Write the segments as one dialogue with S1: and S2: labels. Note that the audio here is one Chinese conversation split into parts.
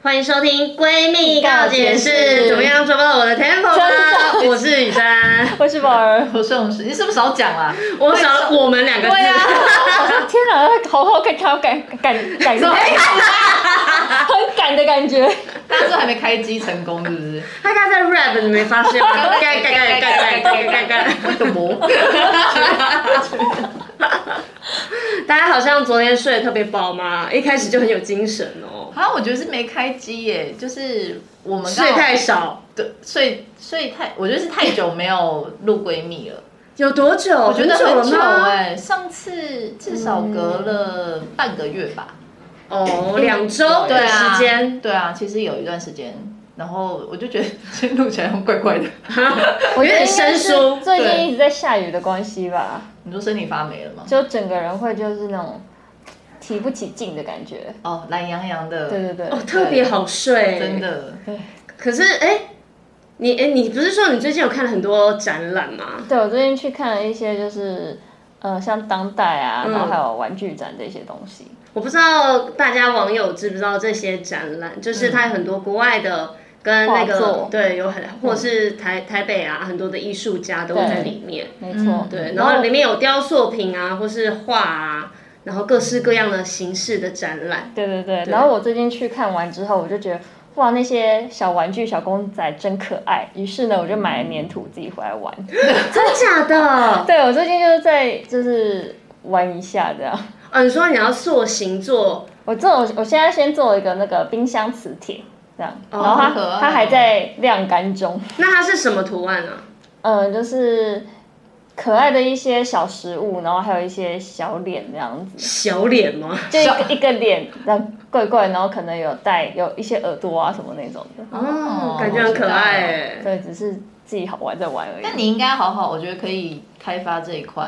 S1: 欢迎收听《闺蜜告解室》，怎么样抓不到我的 tempo
S2: 真
S1: 吗？
S2: 的
S1: 我是雨珊，
S2: 为什么？
S3: 我宋时，你是不是少讲啦？
S1: 我少了我们两个字。
S3: 对啊
S2: 我说天哪，好好感慨，感感感
S3: 怎么
S2: 感，很感的感觉。
S3: 大家都还没开机成功，是不是？
S1: 他刚才在 rap，你没发现吗？ 干干干干干干干干。
S3: 为什么？
S1: 大家好像昨天睡得特别饱嘛，一开始就很有精神哦。
S3: 好像我觉得是没开机耶，就是我们刚
S1: 睡
S3: 好
S1: 太少，
S3: 对睡睡太，我觉得是太久没有录闺蜜了，
S1: 有多久？
S3: 我觉得
S1: 了
S3: 很久
S1: 吗？
S3: 哎，上次至少隔了半个月吧。
S1: 哦，两周
S2: 嗯
S3: 对
S1: 的
S3: 啊，
S1: 时间。
S3: 对啊，其实有一段时间，然后我就觉得先录起来怪怪的。
S2: 我
S1: 有点生疏
S2: 最
S3: 对
S2: 近一直在下雨的关系吧，
S3: 你说身体发霉了吗？
S2: 就整个人会就是那种提不起劲的感觉。
S3: 哦，懒洋洋的，
S2: 对对对，
S1: 哦，特别好睡，
S3: 真。的。
S1: 可是，哎，你哎，你不是说你最近有看了很多展览吗？
S2: 对我最近去看了一些就是。呃，像当代啊，
S1: 嗯
S2: 然后还有玩具展这些东西，
S1: 我不知道大家网友知不知道这些展览，就是它有很多国外的跟那
S2: 画
S1: 个
S2: 作
S1: 对有很，或是台台北啊很多的艺术家都在里面。
S2: 没错、
S1: 嗯对，然后里面有雕塑品啊，或是画啊，然后各式各样的形式的展览。
S2: 对对对，然后我最近去看完之后，我就觉得哇，那些小玩具、小公仔真可爱。于是呢，我就买了粘土自己回来 玩。
S1: 真假的？
S2: 对我最近就是在就是玩一下这样。
S1: 哦，你说你要塑形做，
S2: 我做我现在先做一个那个冰箱磁铁这样，然后
S3: 好可爱
S2: 它
S3: 哦
S2: 它还在晾干中。
S1: 那它是什么图案啊？
S2: 嗯，就是可爱的一些小食物，然后还有一些小脸这样子，
S1: 小脸吗？
S2: 就一个一个脸这样怪怪，然后可能有戴有一些耳朵啊什么那种的。
S1: 哦，感觉很可爱哎。
S2: 对，只是自己好玩在玩而已。
S3: 那你应该好好，我觉得可以开发这一块。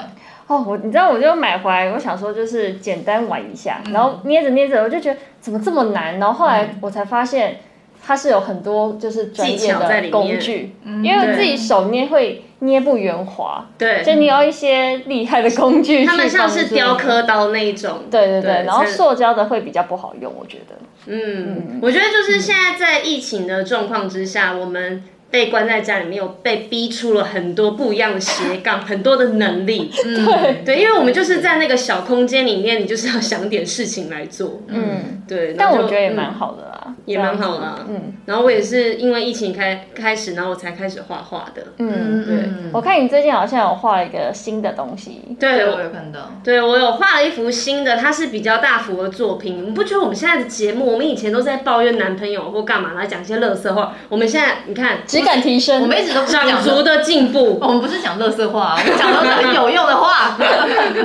S2: 哦，我你知道，我就买回来，我想说就是简单玩一下，
S1: 嗯
S2: 然后捏着捏着，我就觉得怎么这么难，然后后来我才发现它是有很多就是专
S1: 技
S2: 业
S1: 巧在里
S2: 的
S1: 面嗯
S2: 工具，因为我自己手捏会捏不圆滑，
S1: 对，
S2: 所以你要一些厉害的工具去
S1: 它
S2: 帮助
S1: 们
S2: 你。
S1: 像是雕刻刀那一种。
S2: 对对对，
S1: 对
S2: 然后
S1: 是
S2: 塑胶的会比较不好用，我觉得。
S1: 嗯，我觉得就是现在在疫情的状况之下，我们被关在家里面，有被逼出了很多不一样的斜杠，很多的能力。嗯
S3: 对
S1: 对，因为我们就是在那个小空间里面，你就是要想点事情来做。嗯，
S2: 嗯，
S1: 对。
S2: 但
S1: 然后
S2: 我
S1: 就
S2: 觉得也
S1: 嗯
S2: 蛮啊好的啦，
S1: 也蛮好啦。嗯，然后我也是因为疫情开开始，然后我才开始画画的。嗯，
S2: 嗯，
S3: 对
S2: 我看你最近好像有画了一个新的东西，
S1: 对，
S3: 对，
S1: 我
S3: 我有看到。
S1: 对我有画了一幅新的，它是比较大幅的作品。你不觉得我们现在的节目，我们以前都在抱怨男朋友或干嘛来讲一些乐色话，我们现在你看
S2: 质感提升。
S3: 我们一直都不是
S1: 长
S3: 讲
S1: 足
S3: 说，
S1: 的进步，
S3: 我们不是讲乐色话，我们讲都是很有用的话。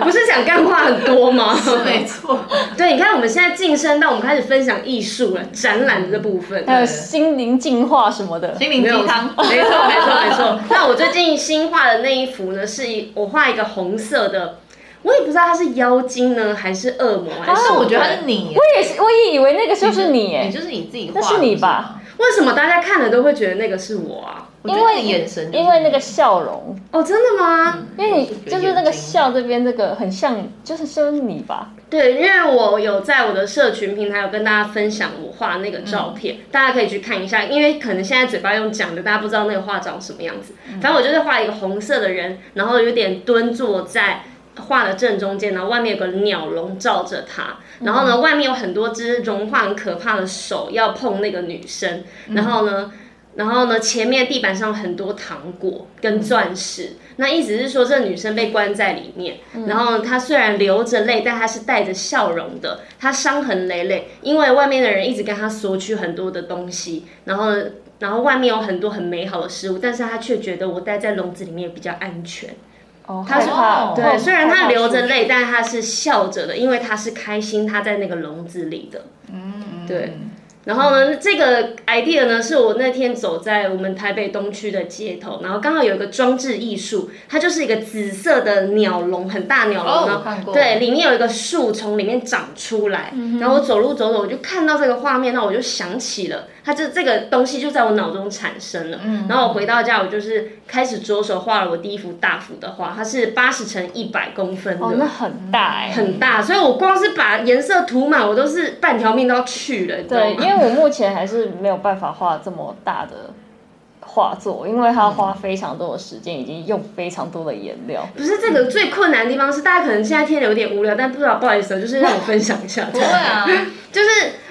S1: 不是讲干话很多吗？
S3: 没错，
S1: 对，你看我们现在晋升到我们开始分享艺术了，展览的这部分。
S2: 还有心灵净化什么的，
S3: 心灵
S1: 没有
S3: 鸡汤。
S1: 没错没错没错。 那我最近新画的那一幅呢，是一我画一个红色的，我也不知道它是妖精呢，还是恶魔，还是什
S3: 但
S1: 么
S3: 我觉得他是你耶，
S2: 我也是，我也以为那个就是你耶
S3: 你，就是你自己画的，
S2: 那是你吧
S1: 为什么大家看了都会觉得那个是我啊？
S3: 我觉得那个眼神就是，
S2: 因为那个笑容，
S1: 哦，真的吗？
S2: 因为你
S3: 我觉
S2: 就
S3: 得
S2: 是
S3: 眼
S2: 那个
S3: 睛
S2: 笑这边这个很像，就是就是你吧，
S1: 对，因为我有在我的社群平台有跟大家分享我画那个照片，大家可以去看一下，因为可能现在嘴巴用讲的，大家不知道那个画长什么样子。反正我就是画一个红色的人，然后有点蹲坐在。画的正中间，然后外面有个鸟笼罩着它，然后呢，外面有很多只融化很可怕的手要碰那个女生，然后呢，然后呢，前面地板上很多糖果跟钻石，那意思是说这女生被关在里面，然后她虽然流着泪，但她是带着笑容的，她伤痕累累，因为外面的人一直跟她索取很多的东西，然后然后外面有很多很美好的事物，但是她却觉得我待在笼子里面比较安全。
S2: 哦，害怕，
S3: 对
S2: 害
S1: 对，虽然
S2: 害
S1: 她
S2: 怕
S1: 流着
S2: 出
S1: 泪，但她是笑着的，因为她是开心，她在那个笼子里的。
S3: 嗯
S1: 对。然后呢，这个 idea 呢，是我那天走在我们台北东区的街头，然后刚好有一个装置艺术，它就是一个紫色的鸟笼，很大鸟笼，
S3: 哦
S1: 然
S3: 我
S1: 后
S3: 看过
S1: 对，里面有一个
S2: 嗯
S1: 树从里面长出来，然后我走路走走，我就看到这个画面，那我就想起了它就这个东西就在我脑中产生了。
S2: 嗯
S1: 然后我回到家，我就是开始着手画了我第一幅大幅的画，它是八十乘一百公分的。
S2: 哦，那很大哎、
S1: 很大，所以我光是把颜色涂满，我都是半条命都要去了，你知道
S2: 对，因
S1: 吗？
S2: 为我目前还是没有办法画这么大的画作，因为它要花非常多的时间，已经用非常多的颜料。
S1: 不是这个最困难的地方是，大家可能现在听的有点无聊，但不知道不好意思哦，就是让我分享一 下，
S3: 不会啊，
S1: 就是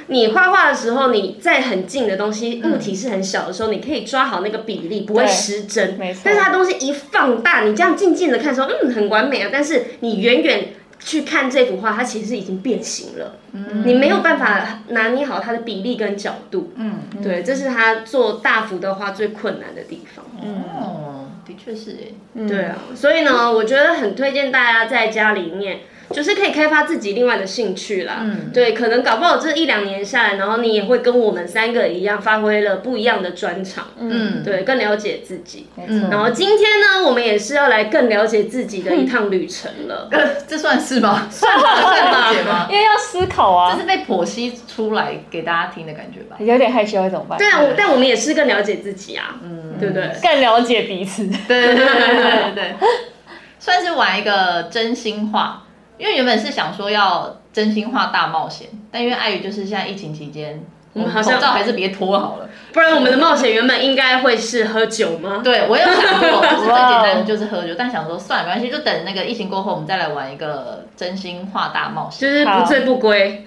S1: 你画画的时候，你在很近的东西物体是很小的时候，你可以抓好那个比例，不会
S2: 对
S1: 失真。
S2: 没错
S1: 但是它东西一放大，你这样静静的看的时候，嗯，很完美啊。但是你远远去看这幅画，它其实已经变形了，
S2: 嗯
S1: 你没有办法拿捏好它的比例跟角度。嗯，对，这是他做大幅的画最困难的地方。
S3: 哦，的确是哎，
S1: 对啊，所以呢，我觉得很推荐大家在家里面。就是可以开发自己另外的兴趣啦，嗯，对，可能搞不好这一两年下来，然后你也会跟我们三个一样，发挥了不一样的专长，嗯，对，更了解自己。
S2: 嗯
S1: 然后今天呢，我们也是要来更了解自己的一趟旅程 了，
S3: 这算是吗？ 算
S1: 算吧
S3: 了解吗？
S2: 因为要思考
S3: 这
S2: 啊
S3: 是，被剖析出来给大家听的感觉吧？
S2: 有点害羞怎么办？
S1: 对啊，我但我们也是更了解自己啊，嗯，对不对？
S2: 更了解彼此。
S3: 对对对对对对， 算是玩一个真心话，因为原本是想说要真心话大冒险，但因为碍于就是现在疫情期间，我们
S1: 好
S3: 口
S1: 像
S3: 罩还是别脱好了。
S1: 不然我们的冒险原本应该会是喝酒吗？
S3: 对我有想过，就是最
S2: 哇哦
S3: 简单就是喝酒，但想说算了，没关系，就等那个疫情过后，我们再来玩一个真心话大冒 险。
S1: 就是不醉不归，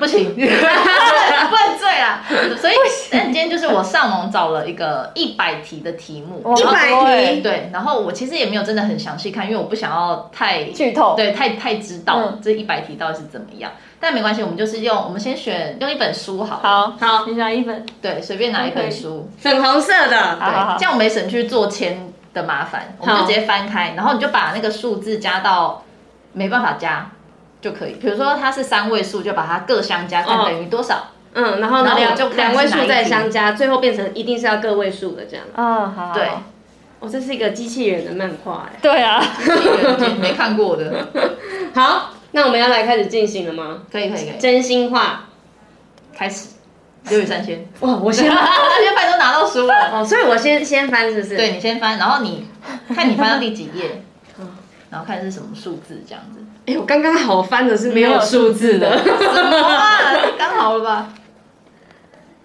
S3: 不行， 不能醉啦。所以，但今天就是我上网找了一个一百题的题目，
S2: 哇
S1: 一百
S2: 好多欸
S1: 题
S3: 对，然后我其实也没有真的很详细看，因为我不想要太
S2: 剧透
S3: 对，太太知道、
S2: 嗯
S3: 这一百题到底是怎么样。但没关系，我们就是用我们先选用一本书好了，
S2: 好，
S1: 好
S2: 你拿一本，
S3: 对，随便拿一本
S2: OK
S3: 书，
S1: 粉红色的，
S2: 好好好
S3: 对，这样我没省去做签的麻烦，我们就
S1: 好
S3: 直接翻开，然后你就把那个数字加到没办法加就可以，比如说它是三位数，就把它各相加，看
S1: 哦
S3: 等于多少。
S1: 嗯，然后呢
S3: 然后我
S1: 两
S3: 就看
S1: 两位数
S3: 是哪一
S1: 再
S3: 题
S1: 相加，最后变成一定是要个位数的这样。
S2: 嗯，好，
S3: 对
S1: 哦，这是一个机器人的漫画哎。
S2: 对 啊，
S3: 没看过的，
S1: 好，那我们要来开始进行了吗？
S3: 可以可以可以，
S1: 真心话，
S3: 开始。刘宇三先，
S1: 哇，我先，
S3: 他先翻都拿到书了。
S1: 哦，所以我先先翻是不是？
S3: 对，你先翻，然后你看你翻到第几页，然后看是什么数字这样子。
S1: 哎、我刚刚好翻的是没有数字的，
S3: 哇，刚好了吧？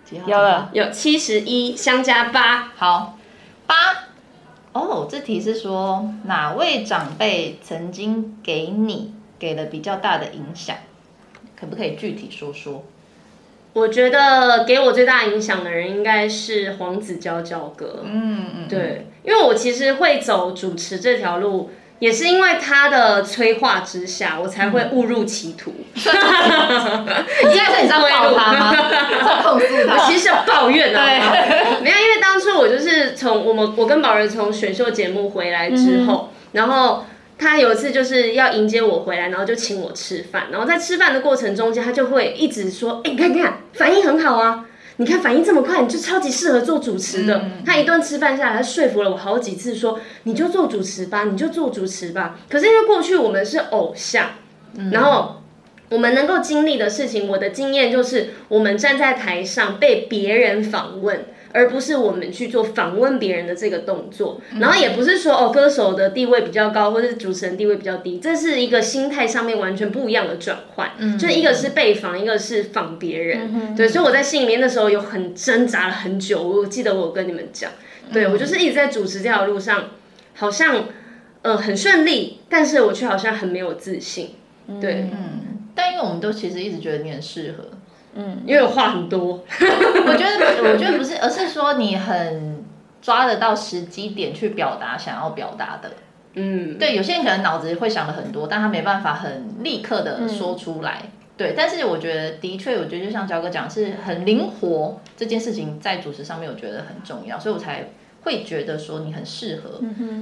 S3: 几号
S2: 有了。
S1: 有七十一相加八，
S3: 好，八。哦，这题是说哪位长辈曾经给你给了比较大的影响？可不可以具体说说？
S1: 我觉得给我最大影响的人应该是黄子佼佼哥。
S3: 嗯嗯， 对，
S1: 对，因为我其实会走主持这条路，也是因为他的催化之下，我才会误入歧途。
S3: 你现在是你在告他 吗？在控诉 他？
S1: 其实有抱怨啊， 没有，因为当初我就是从我们我跟宝儿从选秀节目回来之后，
S3: 嗯
S1: 然后。他有一次就是要迎接我回来，然后就请我吃饭，然后在吃饭的过程中间，他就会一直说：“哎、你看你看，反应很好啊，你看反应这么快，你就超级适合做主持的。
S3: 嗯
S1: 他一顿吃饭下来，他说服了我好几次说你就做主持吧，你就做主持吧。可是因为过去我们是偶像，然后我们能够经历的事情，我的经验就是，我们站在台上被别人访问，而不是我们去做访问别人的这个动作。然后也不是说哦，歌手的地位比较高，或是主持人地位比较低，这是一个心态上面完全不一样的转换。就是一个是被访，一个是访别人。对，所以我在心里面那时候有很挣扎了很久。我记得我跟你们讲，对我就是一直在主持这条路上，好像呃很顺利，但是我却好像很没有自信。对，
S3: 嗯，但因为我们都其实一直觉得你很适合，
S1: 因为我话很多，
S3: 我觉得，我觉得不是，而是说你很抓得到时机点去表达想要表达的。
S1: 嗯，
S3: 对，有些人可能脑子会想了很多，但他没办法很立刻
S1: 嗯
S3: 的说出来。对，但是我觉得的确，我觉得就像焦哥讲，是很灵活这件事情在主持上面，我觉得很重要，所以我才会觉得说你很适合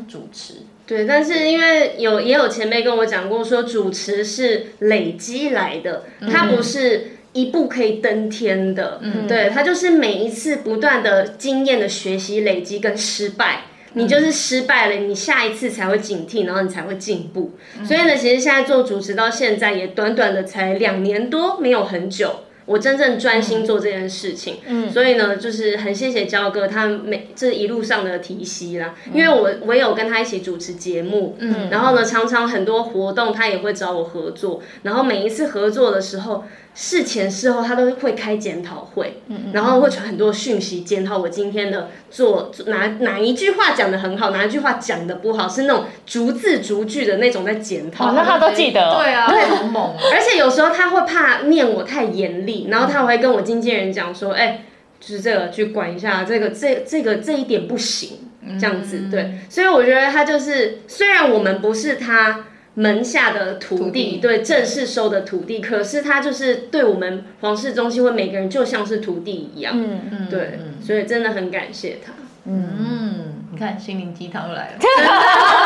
S3: 主持。
S1: 嗯对，但是因为有也有前辈跟我讲过，说主持是累积来的，它不是一步可以登天的，对，它就是每一次不断的经验的学习、累积跟失败。你就是失败了，你下一次才会警惕，然后你才会进步。所以呢，其实现在做主持到现在也短短的才两年多，没有很久。我真正专心做这件事情。嗯，所以呢，就是很谢谢焦哥他每这一路上的提携啦，
S2: 嗯
S1: 因为我我有跟他一起主持节目，嗯，然后呢，常常很多活动他也会找我合作，然后每一次合作的时候。事前事后，他都会开检讨会，
S2: 嗯
S1: 然后会传很多讯息检讨我今天的做做哪哪一句话讲的很好，哪一句话讲的不好，是那种逐字逐句的那种在检讨。
S2: 哦，那他都记得、哦。
S3: 对啊，好猛哦！
S1: 而且有时候他会怕念我太严厉，然后他会跟我经纪人讲说：“哎、就是这个去管一下，这个这这个这一点不行，这样子。”对，所以我觉得他就是，虽然我们不是他门下的徒
S3: 徒弟
S1: 弟，对，正式收的徒弟，可是他就是对我们皇室中心会每个人就像是徒弟一样，
S2: 嗯，
S3: 嗯
S1: 对，所以真的很感谢他。
S3: 嗯，你看心灵鸡汤 又来了，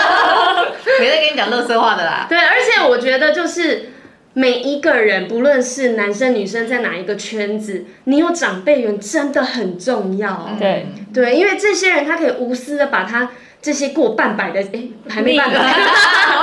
S3: 没在跟你讲乐色话的啦。
S1: 对，而且我觉得就是每一个人，不论是男生女生，在哪一个圈子，你有长辈缘真的很重要。哦
S3: 嗯
S2: 对，
S1: 对，因为这些人他可以无私的把他这些过半百的，哎，还没半
S2: 啊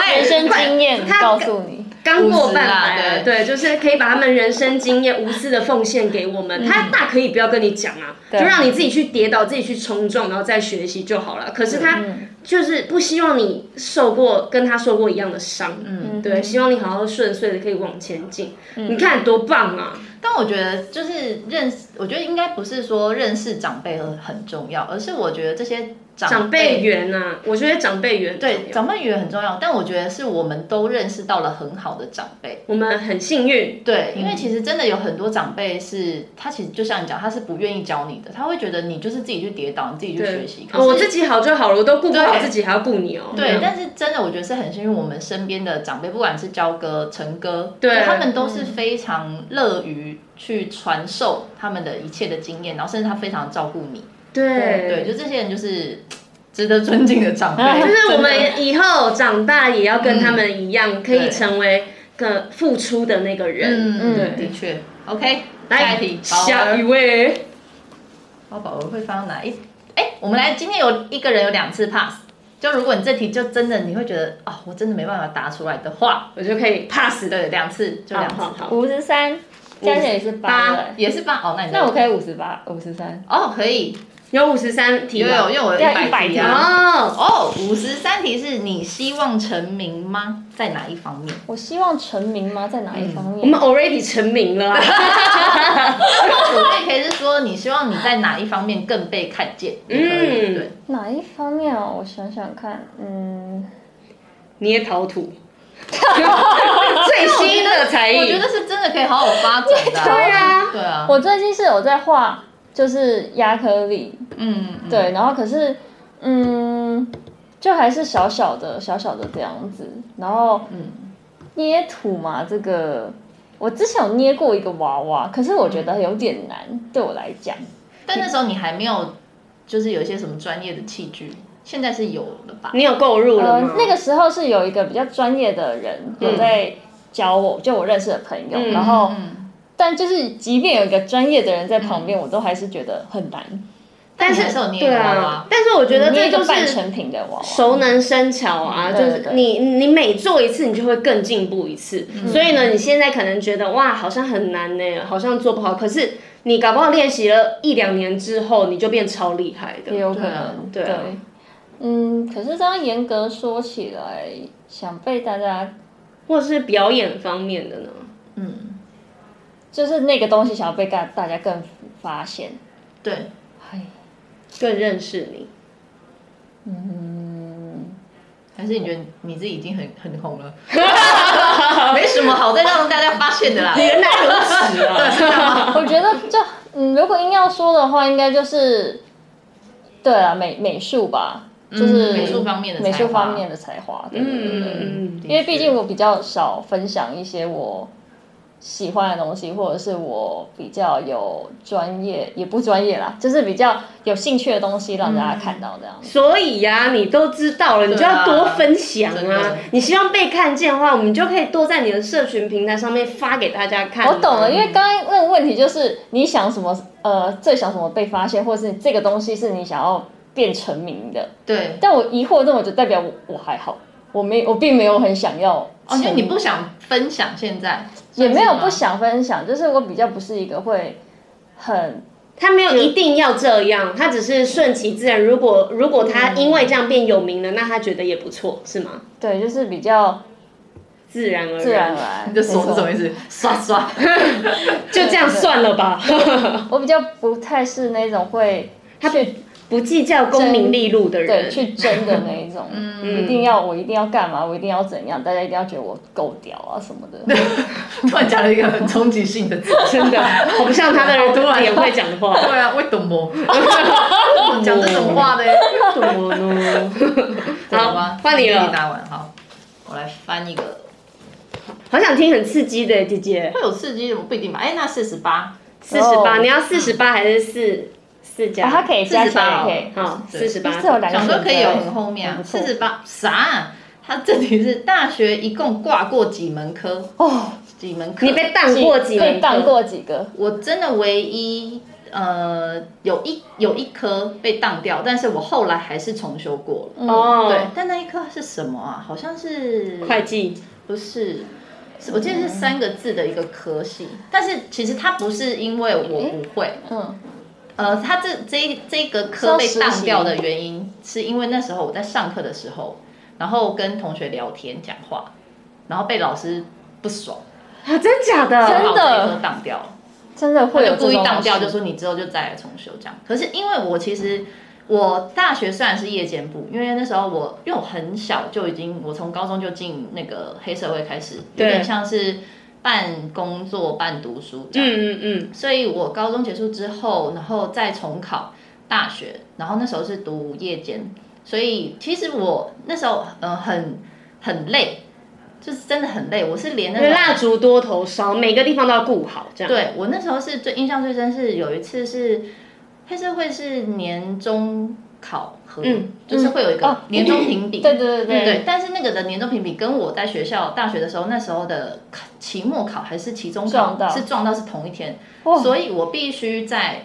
S1: 百，
S2: 人生经验
S1: 他
S2: 告诉你。
S1: 刚过半
S3: 无私
S1: 百
S3: 啦
S1: 了，对，就是可以把他们人生经验无私的奉献给我
S3: 嗯
S1: 们。他大可以不要跟你讲啊，就让你自己去跌倒，自己去冲撞，然后再学习就好了。可是他
S3: 嗯
S1: 就是不希望你受过跟他受过一样的伤，嗯，对，希望你好好顺遂的可以往前进。
S3: 嗯
S1: 你看多棒啊！
S3: 但我觉得就是认识，我觉得应该不是说认识长辈很很重要，而是我觉得这些
S1: 长辈缘啊，我觉得长辈缘
S3: 对
S1: 对，
S3: 长辈缘很重要。但我觉得是我们都认识到了很好的长辈。
S1: 我们很幸运，
S3: 对，因为其实真的有很多长辈是，他其实就像你讲，他是不愿意教你的，他会觉得你就是自己去跌倒，你自己去学习。可
S1: 哦，
S3: 是
S1: 我自己好就好了，我都顾不好
S3: 对
S1: 自己，还要顾你哦。
S3: 对，但是真的，我觉得是很幸运，我们身边的长辈，不管是焦哥、陈哥，
S1: 对嗯
S3: 就他们都是非常乐于去传授他们的一切的经验，然后甚至他非常照顾你。
S1: 对
S3: 对，就这些人就是值得尊敬的长辈，
S2: 就
S1: 就是我
S3: 哎真的嗯
S1: 们以后长大也要跟他们一样，可
S3: 对
S1: 以成为个付出的那个人。
S3: 嗯，
S2: 嗯
S3: 的确，OK，下
S1: 来
S3: 一题，，宝
S1: 下
S3: 儿
S1: 一位，
S3: 包宝儿会翻到哪一？哎、我们来，今天有一个人有两次 pass。就如果你这题就真的你会觉得哦，我真的没办法答出来的话，
S1: 我就可以 pass 的。
S3: 对，两次就
S1: 好
S3: 两次，
S1: 好好，
S2: 五十三加起来也是八
S1: 八
S2: 了。
S3: 也是八哦，那你
S2: 那我可以五十八、五十三，
S3: 哦可以，
S1: 有五十三题
S3: 有有，
S1: 吗？
S3: 因为我有
S2: 对
S3: 一
S2: 100
S3: 百
S2: 题
S3: 题
S2: 啊
S3: 啊。
S1: 哦，
S3: 哦，五十三题是你希望成名吗？在哪一方面？
S2: 我希望成名吗？在哪一方
S1: 我
S2: 面？
S1: 们 already 成名了 啊。
S3: 我们也可以是说，你希望你在哪一方面更被看见？也可以
S1: 嗯
S3: 对，
S2: 哪一方面哦？我想想看， 嗯，
S1: 捏陶土，
S2: 哎
S1: 最新的才艺。
S3: 我觉得是真的可以好好发展的、
S1: 对
S3: 啊。
S1: 啊，
S3: 对啊，
S2: 我最近是有在画，就是亚克力，
S3: 嗯，嗯
S2: 对，然后可是，嗯，就还是小小的、小小的这样子，然后，
S1: 嗯
S2: 捏土嘛，这个我之前有捏过一个娃娃，可是我觉得有点难，对我来讲，
S3: 但那时候你还没有，就是有一些什么专业的器具，现在是有了吧？
S1: 你有购入了
S2: 呃
S1: 吗，？
S2: 那个时候是有一个比较专业的人有在教我，就我认识的朋友，
S1: 嗯嗯
S2: 然后。
S3: 嗯，
S2: 但就是，即便有一个专业的人在旁边，我都还是觉得很难。
S1: 但
S3: 你还
S1: 是
S3: 是有捏
S1: 对
S3: 娃
S1: 啊
S3: 娃，
S1: 但是我觉得
S2: 捏
S1: 这
S2: 一
S1: 就
S2: 个半
S1: 是
S2: 成品的娃娃，
S1: 熟能生巧啊，
S2: 嗯
S1: 就
S2: 对嗯
S1: 是
S2: 对
S1: 你你每做一次，你就会更进步一次。所以呢，你现在可能觉得哇，好像很难呢，好像做不好。可是你搞不好练习了一两年之后，你就变超厉害
S2: 也
S1: 的。
S2: 有可能，
S1: 对啊对啊
S2: 嗯，可是这样严格说起来，想被大家
S1: 或者是表演方面的呢？
S3: 嗯
S2: 就是那个东西想要被大大家更发现，
S3: 对，
S2: 哎，
S1: 更认识你，
S2: 嗯
S3: 还是你觉得你自己已经很很 红了，没什么好再让大家发现的啦。
S1: 原来如此啊！
S2: 我觉得就嗯，如果硬要说的话，应该就是，对啊，美美术吧， 就是、
S3: 嗯美术方面的才华
S2: 美术方面的才华，对对对对
S1: 嗯
S2: 因为毕竟我比较少分享一些我喜欢的东西，或者是我比较有专业也不专业啦，就是比较有兴趣的东西让
S3: 嗯
S2: 大家看到这样 子。
S1: 所以呀、你都知道了，你就要
S2: 啊
S1: 多分享
S3: 真的
S1: 啊！你希望被看见的话，我们就可以多在你的社群平台上面发给大家看。啊
S2: 我懂了，因为刚刚那个问题就是你想什么，呃，最想什么被发现，或者是这个东西是你想要变成名的。
S3: 对，
S2: 但我疑惑，那我就代表我我还好，我没我并没有很想要
S3: 哦，
S2: 成
S3: 因
S2: 名。
S3: 为你不想分享现在，啊
S2: 也没有
S3: 吗
S2: 不想分享，就是我比较不是一个会很
S1: 他没有一定要这样，他只是顺其自然。如果如果他因为这样变有名了，那他觉得也不错，是吗？
S2: 对，就是比较
S1: 自然而然，
S2: 自然而然。
S3: 你的手是
S2: 没
S3: 什
S2: 错
S3: 么意思？刷刷，
S1: 就这样算了吧，
S2: 我比较不太是那种会去
S1: 不计较功名利禄的
S2: 对
S1: 人。
S2: 去争的那一 种，
S3: 嗯
S2: 一定要我一定要干嘛，我一定要怎样，大家一定要觉得我够屌啊什么的。
S3: 突然讲了一个很冲击性的字。
S1: 真的，好不像他的
S3: 突然
S1: 脸会讲话。
S3: 对啊，为什么？讲这种话的？为什么呢？好吧，
S1: 换你了
S3: 答完好，我来翻一个，
S1: 好想听很刺激的姐姐，
S3: 会有刺激的，我不一定吧。哎，那四十八，
S1: 四十八，
S2: 哦
S1: 你要四十八还是四四加？
S2: 啊，他可以加起来，也可以。
S1: 好，
S3: 对
S1: 四十八
S2: 这。有两个
S3: 想
S2: 选
S3: 说
S2: 择，
S3: 可以有很后面啊
S2: 很，不错
S3: 四十八啥啊？他这题是大学一共挂过几门科？
S2: 哦，
S3: 几门课？
S1: 你被当过几门
S2: 被
S1: 课？
S2: 当过几个？
S3: 我真的唯一呃有一有一科被当掉，但是我后来还是重修过
S2: 嗯
S3: 了。对
S1: 哦，，
S3: 但那一科是什么啊？好像是
S1: 会计
S3: 不是，是我记得是三个字的一个科系，但是其实它不是因为我不会，
S2: 嗯，
S3: 呃，它这这一这个科被
S2: 是要实
S3: 当
S2: 习
S3: 掉的原因，是因为那时候我在上课的时候，然后跟同学聊天讲话，然后被老师不爽，
S1: 啊，真假的？
S3: 把我这一科当掉了。
S2: 真的会有
S3: 就故
S2: 这
S3: 意
S2: 种
S3: 当掉，
S2: 老
S3: 就
S2: 师
S3: 说你之后就再来重修这样。可是因为我其实我大学虽然是夜间部，因为那时候我因为我很小就已经，我从高中就进那个黑社会开始，有
S1: 对
S3: 点像是半工作半读书这样。
S1: 嗯嗯嗯，
S3: 所以我高中结束之后，然后再重考大学，然后那时候是读夜间，所以其实我那时候呃很很累，就是真的很累。我是连那
S1: 因为
S3: 种
S1: 蜡烛多头烧，每个地方都要顾好，这样。哦
S3: 对我那时候是最印象最深是有一次是黑社会是年终考核，
S1: 嗯
S3: 就是会有一
S2: 哦
S3: 个年终评比。
S2: 对对对对
S3: 嗯对，但是那个的年终评比跟我在学校大学的时候，那时候的考期末考还是期中考
S2: 撞到
S3: 是撞到是同一天，
S2: 哇
S3: 所以我必须在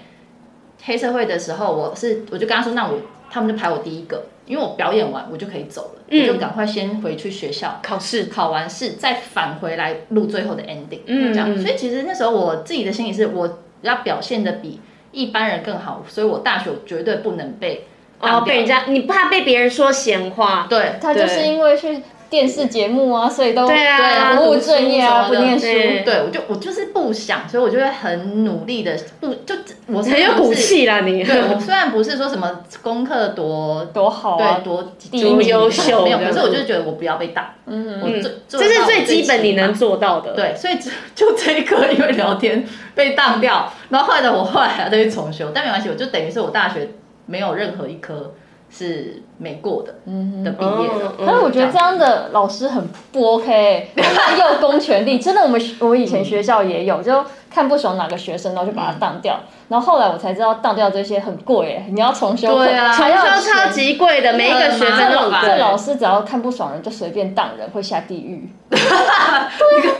S3: 黑社会的时候，我是我就跟他说，那我他们就排我第一个，因为我表演完我就可以走了，
S1: 嗯
S3: 我就赶快先回去学校
S1: 考试
S3: 考完试再返回来录最后的 ending，
S1: 嗯
S3: 这样。
S1: 嗯
S3: 所以其实那时候我自己的心里是我要表现的比一般人更好，所以我大学绝对不能被
S1: 哦，
S3: 当掉
S1: 被人家你怕被别人说闲话，
S3: 对
S2: 他就是因为去电视节目啊，所以都
S1: 对啊
S2: 不务正业啊，不
S3: 读书什么的
S2: 念书。
S1: 对
S3: 对，我就我就是不想，所以我就会很努力的不就我
S1: 很 有骨。气啦你。
S3: 啊对我虽然不是说什么功课多
S2: 多好啊
S3: 对！多
S2: 一名
S1: 优秀
S3: 没有，
S1: 这样
S3: 可是我就觉得我不要被打，
S2: 嗯
S3: 我最
S1: 这是最基本你能。
S3: 做到我起码
S1: 做到的。
S3: 对，所以就就这一科因为聊天被当掉，然后后来呢，我后来还再去重修，但没关系，我就等于是我大学没有任何一科是没过的、
S2: 嗯
S3: 的
S2: 哼，
S3: 毕业的
S1: 哦。嗯
S2: 但是我觉得这样的老师很不 OK，滥用公权力。真的，我们学我以前学校也有，就看不爽哪个学生，然后就把他当掉。然后后来我才知道，当掉这些很贵耶，你要重修课，
S3: 对啊
S1: 重
S2: 还要
S1: 修
S2: 钱啊
S1: 超。级贵的，每一个学分都很
S3: 对
S2: 这
S1: 贵。
S2: 老师只要看不爽人，就随便当人，会下地 狱。对啊，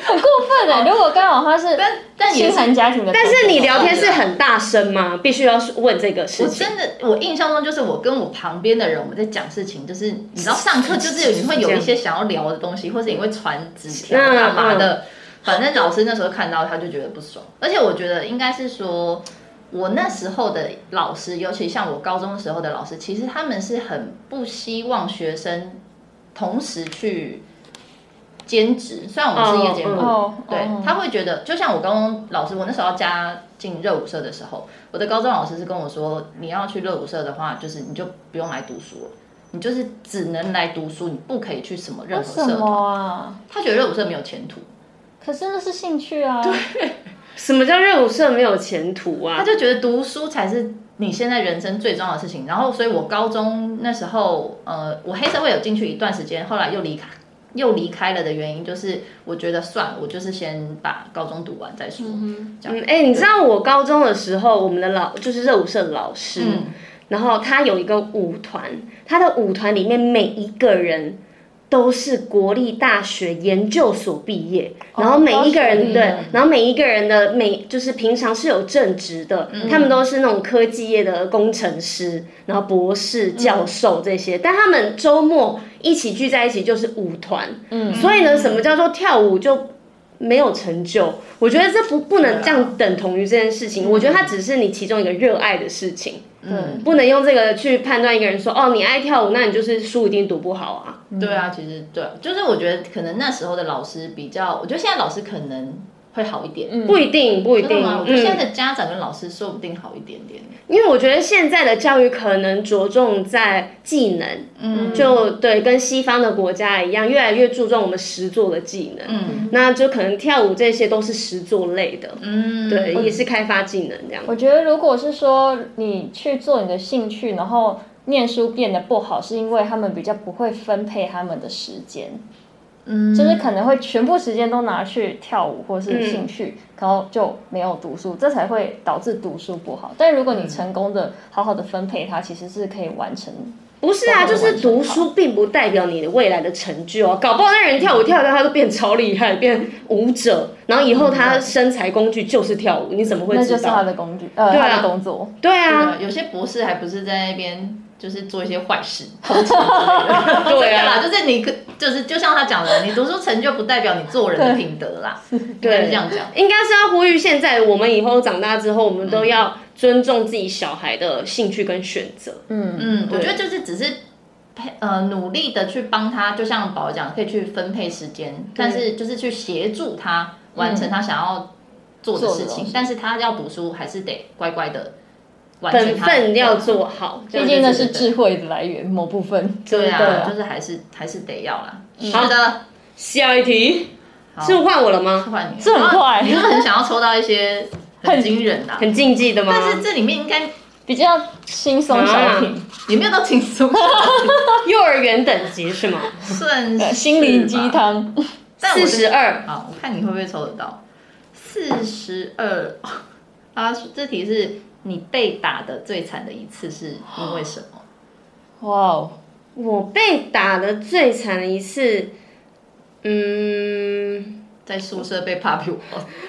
S2: 很过分哎！如果刚好他是
S3: 但但也
S2: 清
S3: 是
S2: 寒家庭的同学
S1: 但
S2: 的话，
S1: 是你聊天是很大声吗？必须要问这个事
S3: 我
S1: 情。
S3: 真的，我印象中就是我跟我旁边的人，我们在讲事情，就是你知道上课就是有你会有一些想要聊的东西，或是你会传纸条啊
S1: 嗯
S3: 干嘛的，反正老师那时候看到他就觉得不爽，而且我觉得应该是说。我那时候的老师，尤其像我高中时候的老师，其实他们是很不希望学生同时去兼职。虽然我们是夜间部，
S1: 哦
S2: 哦，
S3: 对
S2: 哦，
S3: 他会觉得，就像我高中老师，我那时候要加进热舞社的时候，我的高中老师是跟我说，你要去热舞社的话，就是你就不用来读书了，你就是只能来读书，你不可以去什么任
S2: 为
S3: 何
S2: 什
S3: 社团。
S2: 么啊？
S3: 他觉得热舞社没有前途，
S2: 可是那是兴趣啊。
S1: 什么叫任务社没有前途
S3: 他
S1: 啊？
S3: 就觉得读书才是你现在人生最重要的事情。然后，所以我高中那时候，呃，我黑社会有进去一段时间，后来又离开。又离开了的原因就是，我觉得算了，我就是先把高中读完再说。这样，
S1: 嗯，哎、你知道我高中的时候，我们的老就是热舞社的老师，
S3: 嗯
S1: 然后他有一个舞团，他的舞团里面每一个人都是国立大学研究所毕业，然后每一个
S2: 哦高学
S1: 人对
S2: 历的，
S1: 然后每一个人的每就是平常是有正职的，
S2: 嗯
S1: 他们都是那种科技业的工程师，然后博士、教授这些，但他们
S2: 嗯
S1: 周末一起聚在一起就是舞团，嗯，所以呢，什么叫做跳舞就没有成就，我觉得这不不能这样等同于这件事情。我觉得它只是你其中一个热爱的事情，
S3: 嗯，
S1: 不能用这个去判断一个人说哦，你爱跳舞，那你就是书一定读不好啊。
S3: 对啊，其实对啊，就是我觉得可能那时候的老师比较，我觉得现在老师可能会好一点，
S1: 不一定，不一
S3: 真的
S1: 定。
S3: 吗？我觉得现
S1: 嗯，
S3: 在的家长跟老师说不定好一点点。
S1: 因为我觉得现在的教育可能着重在技能，
S3: 嗯
S1: 就对，跟西方的国家一样，越来越注重我们实作的技能。
S3: 嗯
S1: 那就可能跳舞这些都是实作类的，
S3: 嗯，
S1: 对，也是开发技能这样。
S2: 我觉得，如果是说你去做你的兴趣，然后念书变得不好，是因为他们比较不会分配他们的时间，
S3: 嗯，
S2: 就是可能会全部时间都拿去跳舞或是兴
S3: 嗯
S2: 趣，然后就没有读书，这才会导致读书不好。但如果你成功的好好的分配它，其实是可以完成。
S1: 不是啊，
S2: 都
S1: 就
S2: 没有
S1: 是读书并不代表你的未来的成就啊，搞不好那人跳舞跳一跳他都变超厉害，变舞者，然后以后他身材工具就是跳舞，你怎么会
S2: 那就
S1: 知
S2: 是他
S1: 道？
S2: 的工具，呃，
S1: 对啊
S2: 他的工作。
S1: 对啊，
S3: 对有些博士还不是在那边就是做一些坏事，偷窃之类的
S1: 对啊
S3: 哦 真的啦，就是你可就是就像他讲的，你读书成就不代表你做人的品德 啦，对，这样讲。
S1: 啊应该是要呼吁现在我们以后长大之后，我们都要尊重自己小孩的兴趣跟选择。
S2: 嗯，
S3: 嗯，我觉得就是只是配呃努力的去帮他，就像宝儿讲，可以去分配时间，但是就是去协助他完成他想要做的
S2: 做的
S3: 事情，
S2: 东西
S3: 但是他要读书还是得乖乖的完成
S1: 本
S3: 他
S1: 分要
S3: 对啊
S1: 做好，
S2: 毕
S1: 这样
S2: 竟
S1: 子
S2: 那是智慧的来源某部分。
S3: 对
S1: 对
S3: 啊，
S1: 啊
S3: 就是还是还是得要啦。是的，
S1: 下一题是换我了吗？
S3: 换你，
S2: 这很快
S3: 你是不是很想要抽到一些很惊人的啊、
S1: 很禁忌的吗？
S3: 但是这里面应该
S2: 比较轻
S3: 啊
S2: 松小品，
S3: 也没有到轻松，
S1: 幼儿园等级是吗？
S3: 算
S2: 呃
S3: 是
S2: 心灵鸡
S3: 吧。
S2: 汤。
S3: 但我
S1: 四
S3: 是
S1: 十二，
S3: 好，我看你会不会抽得到四十二。 啊，这题是你被打的最惨的一次是因为什么？
S2: 哇哦，
S1: 我被打的最惨的一次，嗯，
S3: 在宿舍被 papi 我，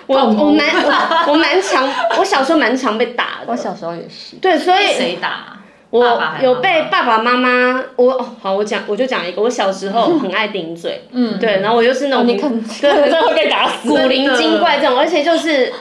S1: 我
S3: 暴
S1: 我
S3: 怒
S1: 蛮我我蛮常，我小时候蛮常被打
S2: 我
S1: 的。
S2: 小时候也是。
S1: 对，所
S3: 被
S1: 以
S3: 谁打啊？爸爸
S1: 我
S3: 还是
S1: 有
S3: 妈妈
S1: 被爸爸妈妈，我哦好，我讲我就讲一个，我小时候很爱顶嘴，
S2: 嗯，
S1: 对，然后我又是那
S2: 哦，
S1: 种
S2: 你可能可能真的会被打死。
S1: 古灵精怪这种，而且就是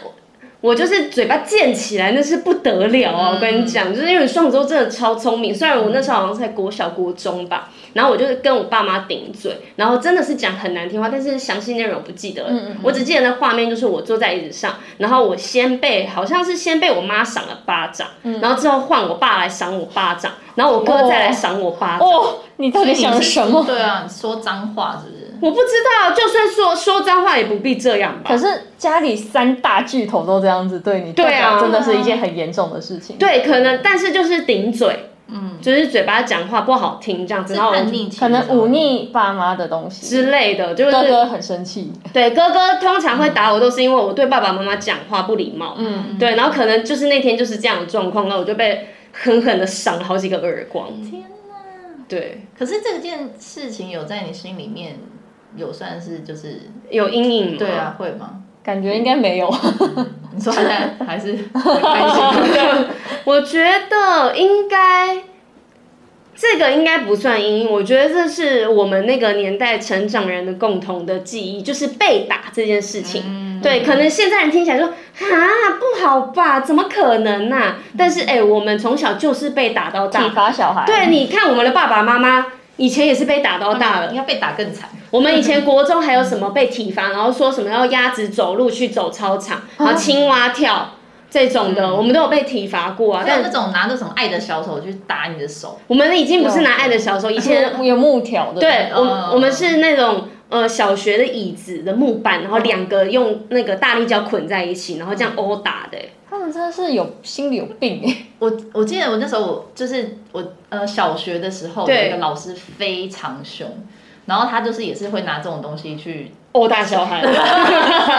S1: 我就是嘴巴贱起来，那是不得了啊！我跟你讲，就是因为双子座真的超聪明，虽然我那时候好像才国小国中吧，然后我就是跟我爸妈顶嘴，然后真的是讲很难听话，但是详细内容我不记得了，我只记得那画面就是我坐在椅子上，然后我先被好像是先被我妈赏了巴掌，然后之后换我爸来赏我巴掌，然后我哥再来赏我巴掌。
S2: 哦，你到底想了什么？
S3: 对啊，你说脏话是不是？
S1: 我不知道，就算说说脏话也不必这样吧。
S2: 可是家里三大巨头都这样子对你，代表
S1: 啊
S2: 真的是一件很严重的事情。，
S1: 对，可能但是就是顶嘴，嗯，就是嘴巴讲话不好听这样子，然后
S3: 叛逆期，
S2: 可能忤逆爸妈的东西，
S1: 之类的，就是
S2: 哥哥很生气。
S1: 对哥哥通常会打我，都是因为我对爸爸妈妈讲话不礼貌，嗯，对，然后可能就是那天就是这样的状况，那我就被狠狠的赏了好几个耳光，
S3: 天哪！
S1: 对，
S3: 可是这件事情有在你心里面有算是就是
S1: 有阴影吗？
S3: 对，啊会吗？
S2: 感觉应该没 有，
S3: 你说还在还是很开 心？
S1: 我觉得应该。这个应该不算阴影，我觉得这是我们那个年代成长人的共同的记忆，就是被打这件事情。
S3: 嗯，
S1: 对，可能现在人听起来说啊不好吧，怎么可能呐、但是哎、我们从小就是被打到
S2: 体
S1: 大。
S2: 罚小孩。
S1: 对，，你看我们的爸爸妈妈以前也是被打到大了。
S3: 应该被打更惨。
S1: 我们以前国中还有什么被体罚，然后说什么要鸭子走路去走操场，然后青蛙跳这种的，我们都有被体罚过啊。
S3: 还有那
S1: 但
S3: 种拿着什么爱的小手去打你的手，
S1: 我们已经不是拿爱的小时候，以 前
S2: 有有木条的。
S1: 对我
S3: 哦
S1: 我们是那种呃小学的椅子的木板，然后两个用那个大力胶捆在一起，然后这样殴打的、
S2: 他们真的是有心里有病哎。
S3: 我我记得我那时候我就是我呃小学的时候有
S1: 对
S3: 一个老师非常凶，然后他就是也是会拿这种东西去
S1: 殴打小孩。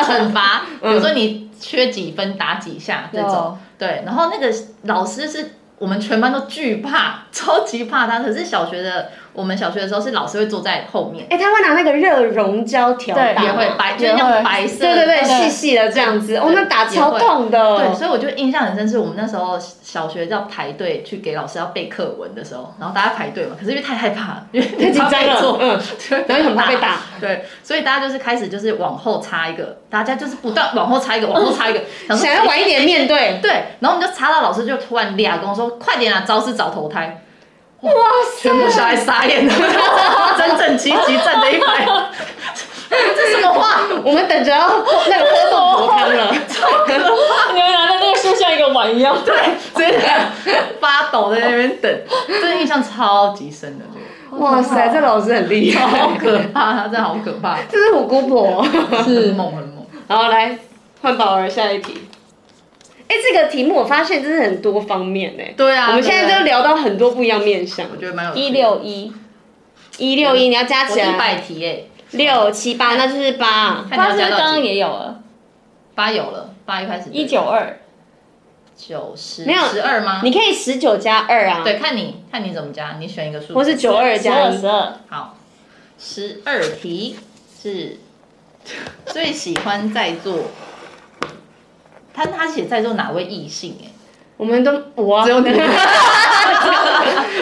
S3: 惩罚，比如说你缺几分打几
S1: 嗯
S3: 下这种
S2: 有，
S3: 对，然 后那个老师是我们全班都惧怕，超级怕他，可是小学的我们小学的时候是老师会坐在后面，
S1: 哎、他会拿那个热溶胶条
S2: 对
S1: 打
S3: 也会
S1: 吗
S3: 白，就
S2: 也
S3: 是
S2: 会
S3: 用白色
S1: 对对
S3: 的，
S1: 对，
S2: 对
S1: 细细的这样子，哦，那打
S3: 也
S1: 超
S3: 会
S1: 痛
S3: 对，
S1: 的，
S3: 所以我就印象很深，是我们那时候小学要排队去给老师要背课文的时候，然后大家排队嘛，可是因为太害怕了，因为
S1: 太紧张了， 嗯，
S3: 对，
S1: 然后又很怕被打，
S3: 对，所以大家就是开始就是往后插一个，大家就是不断往后插一个，往后 插一个，想说哎
S1: 想要晚一点面对，
S3: 对，然后我们就插到老师就突然俩跟我说：“快点啊，招是找投胎。”
S1: 哇
S3: 全部小孩傻 眼了，整整齐齐站着一排，这什么话？
S1: 我们等着要 那个喝豆腐汤了，
S2: 你们拿的啊那个树像一个碗一样。
S3: 对，直接发抖在那边等，这印象超级深的，这 个
S1: 哇塞，这老师很厉
S3: 好
S1: 害，
S3: 可怕，真的好可怕，
S1: 这是我姑婆。
S3: 很猛很猛。
S1: 好，来换宝儿下一题。哎、这个题目我发现真是很多方面呢、
S3: 对啊，
S1: 我们现
S3: 对
S1: 在
S3: 啊
S1: 都聊到很多不一样面向
S3: 我。觉得
S1: 啊
S3: 蛮有趣的
S2: 一六一，
S1: 一六一你要加
S3: 我
S1: 起
S3: 一
S1: 来，
S3: 百题诶，
S1: 六七八那就是八。
S3: 看
S2: 他是
S3: 你
S2: 不是
S3: 要加
S2: 刚
S3: 到
S2: 刚
S3: 几？
S2: 也有了？
S3: 八有了，八一开始
S2: 一九二，
S3: 九十
S1: 没有
S3: 十二吗？
S1: 你可以十九加二啊，
S3: 对，看你看你怎么加，你选一个数字，
S1: 或是九二
S2: 十
S1: 加
S2: 二
S1: 一
S2: 十。二，
S3: 好，十二题是最喜欢在座，他他写在座哪位异性、 欸？
S1: 我们都我、啊、只有你，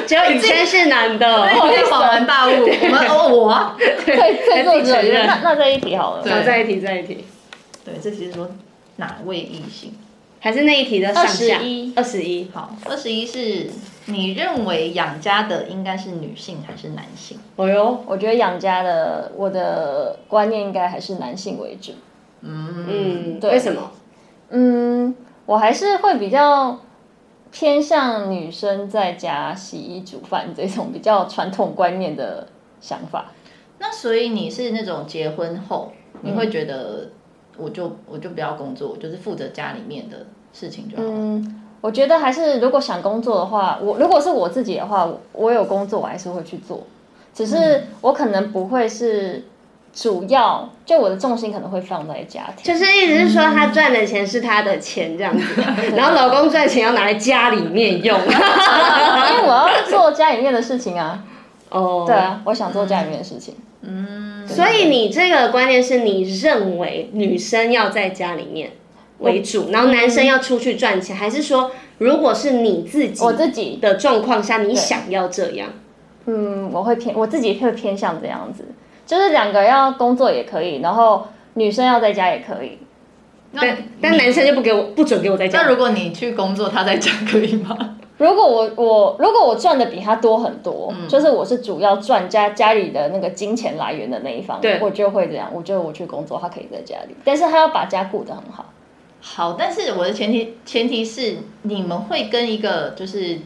S1: 只有雨谦是男的。
S3: 哎，我
S2: 意思
S3: 恍然大 悟，我们哦我啊，
S2: 对，
S1: 自
S2: 最做
S1: 己
S2: 只
S1: 承
S2: 有一个。
S1: 认
S2: 那那这一题好了，
S3: 对
S1: 好，再一题，再一题，
S3: 对，这题是说哪位异性？
S1: 还是那一题的上下。
S2: 21
S1: 二十一，
S3: 好，二十一是你认为养家的应该是女性还是男性？
S1: 哦哟，
S2: 我觉得养家的我的观念应该还是男性为主。
S3: 嗯，
S1: 嗯，
S2: 对
S1: 为什么？
S2: 嗯，我还是会比较偏向女生在家洗衣煮饭这种比较传统观念的想法。
S3: 那所以你是那种结婚后，
S1: 嗯
S3: 你会觉得我就我就不要工作，我就是负责家里面的事情就好了。
S2: 嗯，我觉得还是如果想工作的话，我如果是我自己的话，我我有工作我还是会去做，只是我可能不会是主要，就我的重心可能会放在家庭。
S1: 就是意思是说，她赚的钱是她的钱这样子，然后老公赚钱要拿来家里面用。
S2: 啊因为我要做家里面的事情啊，
S1: 哦，
S2: 对啊，我想做家里面的事情。
S3: 嗯
S1: 所以你这个观念是你认为女生要在家里面为主，然后男生要出去赚钱，还是说如果是你自己
S2: 我自己，
S1: 的状况下，你想要这样？
S2: 嗯，我会偏我自己会偏向这样子，就是两个要工作也可以，然后女生要在家也可以。
S1: 但但男生就不给我，不准给我在
S3: 那
S1: 家。
S3: 如果你去工作，他在家可以吗？
S2: 如果我我如果我赚的比他多很多，
S3: 嗯
S2: 就是我是主要赚家家里的那个金钱来源的那一方，
S1: 对
S2: 我就会这样，我就我去工作，他可以在家里，但是他要把家顾得很好。
S3: 好，但是我的前提前提是你们会跟一个就是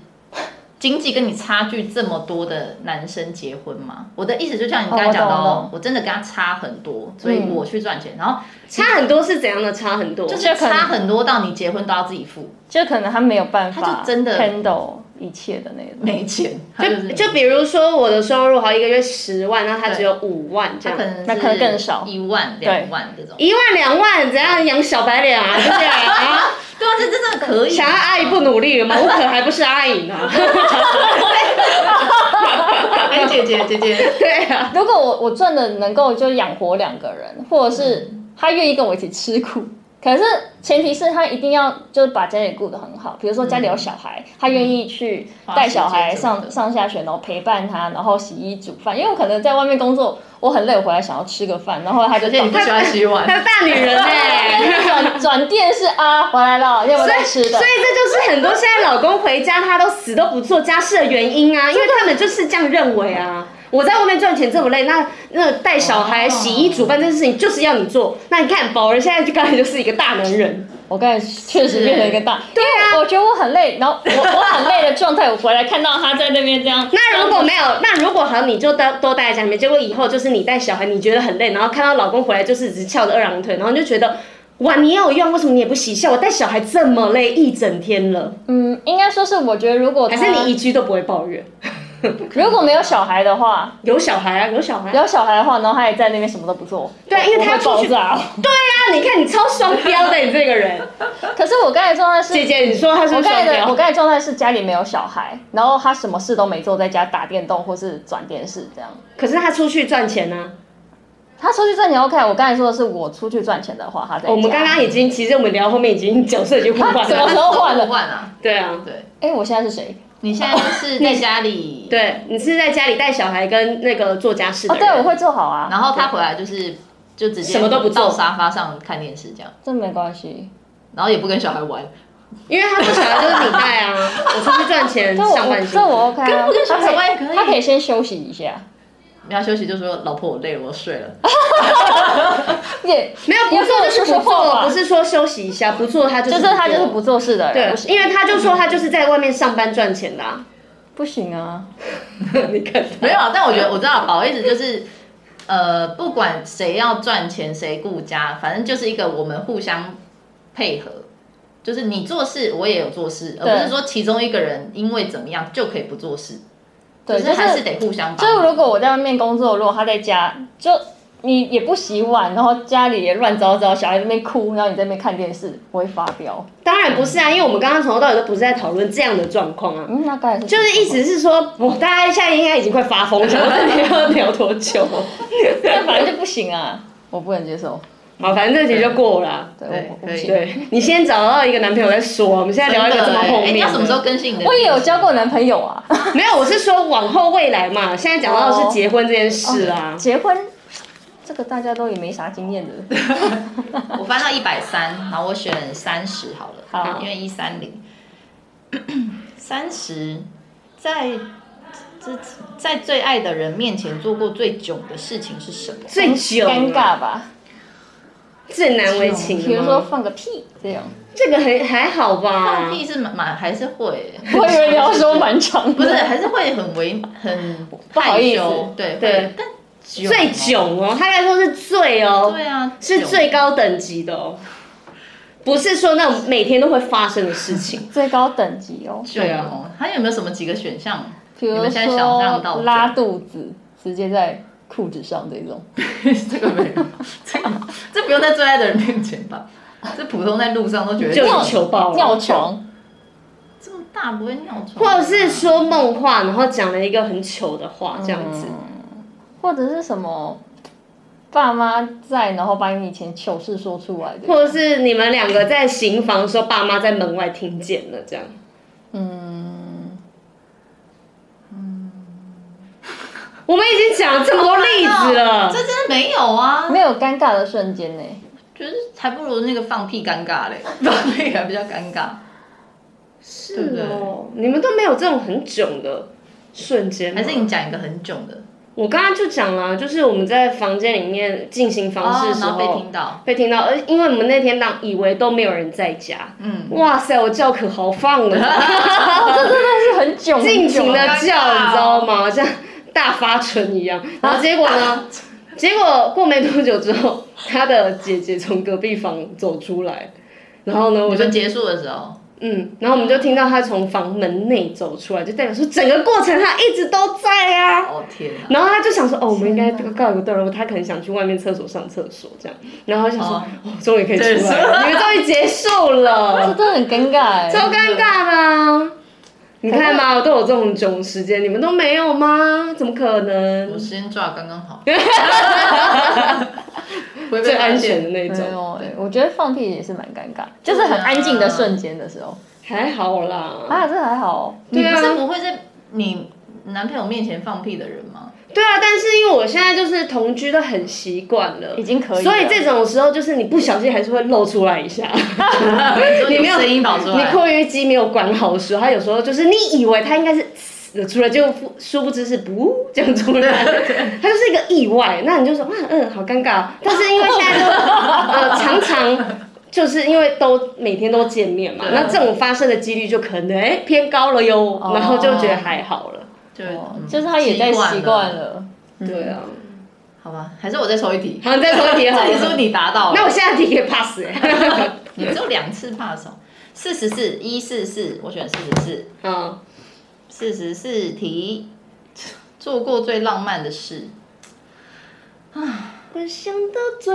S3: 经济跟你差距这么多的男生结婚吗？我的意思就像你刚才讲
S2: 哦我
S3: 的
S2: 懂
S3: 哦
S2: 了，
S3: 我真的跟他差很多，所以我去赚钱，然后
S1: 差很多是怎样的？差很多，
S3: 就是
S2: 这可能
S3: 差很多到你结婚都要自己付，
S2: 就可能他没有办
S3: 他
S2: 法
S3: 就真的
S2: handle 一切的那种，
S3: 没钱，他就
S1: 就是就比如说我的收入好一个月十万，那他只有五万这样
S3: 他可。能
S2: 那可能更少
S3: 一万两万这种。
S1: 一万两万怎样养小白脸啊？对不对 啊？
S3: 对啊，这真的可以。
S1: 想要阿姨不努力了吗？我可还不是阿姨呢。
S3: 哎，姐姐姐姐，
S1: 对啊，
S2: 如果我我赚的能够就养活两个人，或者
S1: 嗯
S2: 是他愿意跟我一起吃苦，可是前提是他一定要就是把家里顾得很好，比如说家里有小孩，他愿意去带小
S1: 嗯
S2: 孩
S3: 花时间什么
S2: 上
S3: 的
S2: 上下学，然后陪伴他，然后洗衣煮饭，因为我可能在外面工作，我很累，我回来想要吃个饭，然后他就
S3: 而且你不
S2: 转
S3: 喜欢 洗碗，
S1: 还有大女人哎、
S2: 转转电视啊，回来了，要不要再吃的
S1: 所？以这就是很多现在老公回家他都死都不做家事的原因啊，因为他们就是这样认为啊。我在外面赚钱这么累，那那带小孩、
S3: 哦
S1: 洗衣、煮饭这件事情就是要你做。那你看宝儿现在就刚才就是一个大男人，
S2: 我刚才确实变成一个大，对啊，我觉得我很累，然后我我很累的状态，我回来看到他在那边这样，
S1: 那如果没有，那如果好，你就都都待在家里面，结果以后就是你带小孩，你觉得很累，然后看到老公回来就是只翘着二郎腿，然后你就觉得哇，你也有用，为什么你也不洗笑？我带小孩这么累一整天了，
S2: 嗯嗯，应该说是我觉得如果
S1: 还
S2: 他
S1: 是你一句都不会抱怨？
S2: 如果没有小孩的话，
S1: 有小孩啊，有小孩啊、
S2: 有小孩的话，然后他也在那边什么都不做，
S1: 对因为
S2: 我
S1: 他
S2: 会爆
S1: 出去
S2: 炸。
S1: 对啊，你看你超双标的，你这个人。
S2: 可是我刚才状态是，
S1: 姐姐，你说他是
S2: 我
S1: 不是
S2: 刚才
S1: 双
S2: 的
S1: 标？
S2: 我刚才状态是家里没有小孩，然后他什么事都没做，在家打电动或是转电视这样。
S1: 可是他出去赚钱啊呢、
S2: 他出去赚钱 OK，我啊刚才说的是我出去赚钱的话，他在家。
S1: 哦我们刚刚已经，其实我们聊后面已经角色已经互换
S2: 怎么
S1: 了。
S2: 说换了
S3: 换啊？
S1: 对啊，
S3: 对，
S2: 哎、我现在是谁？
S3: 你现在是在 家里，，
S1: 对你是在家里带小孩跟那个做家事的
S2: 哦，
S1: 人。
S2: 对，我会做好啊，
S3: 然后他回来就是就直接
S1: 什么都不做
S3: 到沙发上看电视这样，
S2: 这没关系。
S3: 然后也不跟小孩玩，
S1: 因为他不小孩就是你带啊， 我出去赚钱
S2: 这我
S1: 上半
S2: 这我
S1: 身。
S2: OK 啊，
S3: 不跟小
S2: 他
S3: 孩玩也可
S2: 可
S3: 以
S2: 以，他可以先休息一下，
S3: 你要休息就说老婆我累了我睡了，
S2: 也
S1: 没有不
S2: 也
S1: 做就是
S2: 说
S1: 不做，
S2: 吧
S1: 不是说休息一下，不做他就
S2: 就是是他就是不
S1: 做。
S2: 做事的人，
S1: 对，因为他就说他就是在外面上班赚钱的、 啊。
S2: 不行啊。
S1: 你看，
S3: 没有啊，但我觉得我知道宝意思就是。呃，不管谁要赚钱，谁顾家，反正就是一个我们互相配合，就是你做事，我也有做事，而不
S2: 对
S3: 是说其中一个人因为怎么样就可以不做事，
S2: 对，
S3: 就
S2: 就是
S3: 还是得互相帮
S2: 就
S3: 忙。
S2: 是如果我在外面工作，如果他在家，就你也不洗碗，然后家里也乱糟糟，小孩在那边哭，然后你在那边看电视，我会发飙。
S1: 当然不是啊，因为我们刚刚从头到尾都不是在讨论这样的状况啊。
S2: 嗯，那当然是
S1: 就是意思是说，我大家现在应该已经快发疯了，想说这天要聊多 久？
S2: 那反正就不行啊，我不能接受。
S1: 好，反正这集就过了啊。
S2: 对，
S3: 对
S2: 我我
S3: 可
S2: 不
S3: 以
S2: 行。
S1: 对你先找到一个男朋友再说，我们现在聊一个这么后
S3: 哎
S1: 面
S3: 你
S1: 的。
S3: 要什么时候更新你的？
S2: 我也有交过男朋友啊，
S1: 没有，我是说往后未来嘛。现在讲到的是结婚这件事啊。
S2: 结婚这个大家都也没啥经验的。
S3: 我翻到一百三，然后我选三十好了，
S2: 好
S3: 因为一三零， 三十在这在最爱的人面前做过最囧的事情是什么？
S1: 最久啊
S2: 尴尬吧？
S1: 最难为情了吗，
S2: 比如说放个屁这样。
S1: 这个还还好吧
S3: 放？屁是蛮蛮还是会，
S2: 我以为你要说蛮长的，
S3: 不
S1: 嗯
S3: 是还是会很为很不
S2: 好意思
S3: 对
S1: 对
S3: 对，但囧哦
S1: 最囧哦，他来说是最哦，
S3: 对啊，
S1: 是
S3: 囧
S1: 最高等级的哦，不是说那种每天都会发生的事情。
S2: 最高等级哦。
S3: 囧
S1: 啊
S3: 哦，还有没有什么几个选项？
S2: 比如
S3: 你们现在想象到
S2: 说
S3: 的
S2: 拉肚子，直接在裤子上这种。
S3: 这个没有，这个这不用在最爱的人面前吧？这普通在路上都觉得
S1: 就
S3: 尿
S1: 球爆了
S2: 哦尿床，
S3: 这么大不会尿床，
S1: 或者是说梦话，然后讲了一个很糗的话，这样子。
S2: 嗯或者是什么爸妈在，然后把你以前糗事说出来的。
S1: 或者是你们两个在行房的时候，爸妈在门外听见了，这样。
S2: 嗯，
S1: 我们已经讲这么多例子了
S3: 这，真的没有啊，
S2: 没有尴尬的瞬间呢。
S3: 就是还不如那个放屁尴尬嘞，放屁还比较尴尬，对
S1: 是
S3: 不对？
S1: 哦，你们都没有这种很囧的瞬间吗。
S3: 还是你讲一个很囧的，
S1: 我刚刚就讲了，啊就是我们在房间里面进行房事的时
S3: 哦然
S1: 候、
S3: 后被听到，
S1: 哦被听到，而因为我们那天当以为都没有人在家，
S3: 嗯，
S1: 哇塞，我叫可豪放 了，
S2: 但是很囧，
S1: 尽情的
S2: 很囧啊
S3: 哦
S1: 叫，你知道吗？像大发春一样。然后结 果呢？结果过没多久之后，他的姐姐从隔壁房走出来，然后呢，我
S3: 我
S1: 就
S3: 们结束的时候，
S1: 嗯，然后我们就听到他从房门内走出来，就代表说整个过程他一直都在啊。
S3: 哦天哪，
S1: 然后他就想说，哦，我们应该告一个段落，他可能想去外面厕所上厕所这样。然后他想说，
S3: 哦
S1: 哦，终于可以出来了，你们终于结束
S2: 这
S1: 了，
S2: 真的很啊尴尬哎。
S1: 超尴尬的啊。你看嘛，我都有这种囧时间，你们都没有吗？怎么可
S3: 我
S1: 能？
S3: 时间抓得刚刚好，不会被
S1: 最安
S3: 发现
S1: 全的那
S2: 没
S1: 种，
S2: 有哎，我觉得放屁也是蛮尴尬，就是很安静的瞬间的时候。
S1: 还好啦。
S2: 啊，这还好哦。
S3: 你
S1: 对
S3: 不
S1: 啊
S3: 是不会在你男朋友面前放屁的人吗？
S1: 对啊，但是因为我现在就是同居都很习惯了，
S2: 已经可以了
S1: 所以这种时候就是你不小心还是会露出来一下。
S3: 你
S1: 没有
S3: 声音导出
S1: 你
S3: 来，
S1: 扩约肌没有管好的时候，它有时候就是你以为它应该是呲的出来，就殊不知是不这样出来，它就是一个意外。那你就说哇，嗯，好尴尬。但是因为现在就呃常常。就是因为都每天都见面嘛，
S3: 对
S1: 那这种发生的几率就可能哎、偏高了哟，然后就觉得还好了。
S3: 就
S2: 哦
S3: 嗯
S2: 就是他也在习惯
S3: 了。
S2: 了。
S1: 对啊，
S3: 好吧，还是我再抽一题。
S1: 好，你再说一 题好
S3: 这题是不
S1: 了
S3: 是。你答到了？
S1: 那我下题也 pass 哎、
S3: 你只有两次 pass 哦。
S1: 嗯
S3: 四十四一四四，我选四十四，
S1: 好，
S3: 四十四题。做过最浪漫的事，
S1: 我想到最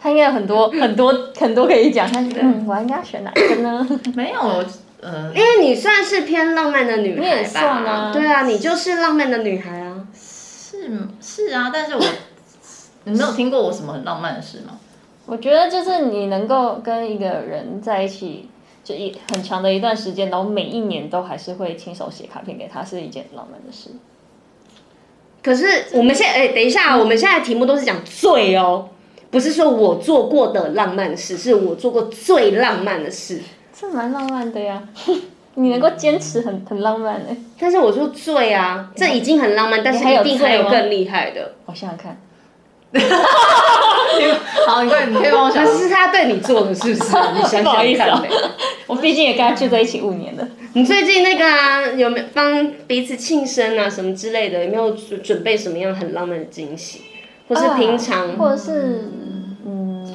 S2: 他应该有很多很多很多可以讲，但是嗯，我应该选哪个呢？
S3: 没有，呃，
S1: 因为你算是偏浪漫的女
S2: 你
S1: 孩
S2: 也
S1: 吧？
S2: 算啊
S1: 对啊，你就是浪漫的女孩啊。
S3: 是是啊，但 是我你没有听过我什么很浪漫的事吗？
S2: 我觉得就是你能够跟一个人在一起，就一很长的一段时间，然后每一年都还是会亲手写卡片给他，是一件浪漫的事。
S1: 可是我们现在，哎、等一
S2: 嗯
S1: 下，我们现在的题目都是讲最哦，不是说我做过的浪漫事，是我做过最浪漫的事。
S2: 这蛮浪漫的呀， 你能够坚持很很浪漫哎、
S1: 但是我说最啊，这已经很浪漫，但是
S2: 还有
S1: 一定还有
S2: 最吗
S1: 更厉害的。
S2: 我想想看，
S3: 好，你可以你可以帮 我想
S1: 可，是他对你做的， 是不是？你想想
S2: 不好意思
S1: 看
S2: 啊
S1: 呗。
S2: 我毕竟也跟他住在一起五年了，
S1: 你最近那个啊，有没有帮彼此庆生啊，什么之类的？有没有准准备什么样很浪漫的惊喜，或是平常？
S2: 啊或者是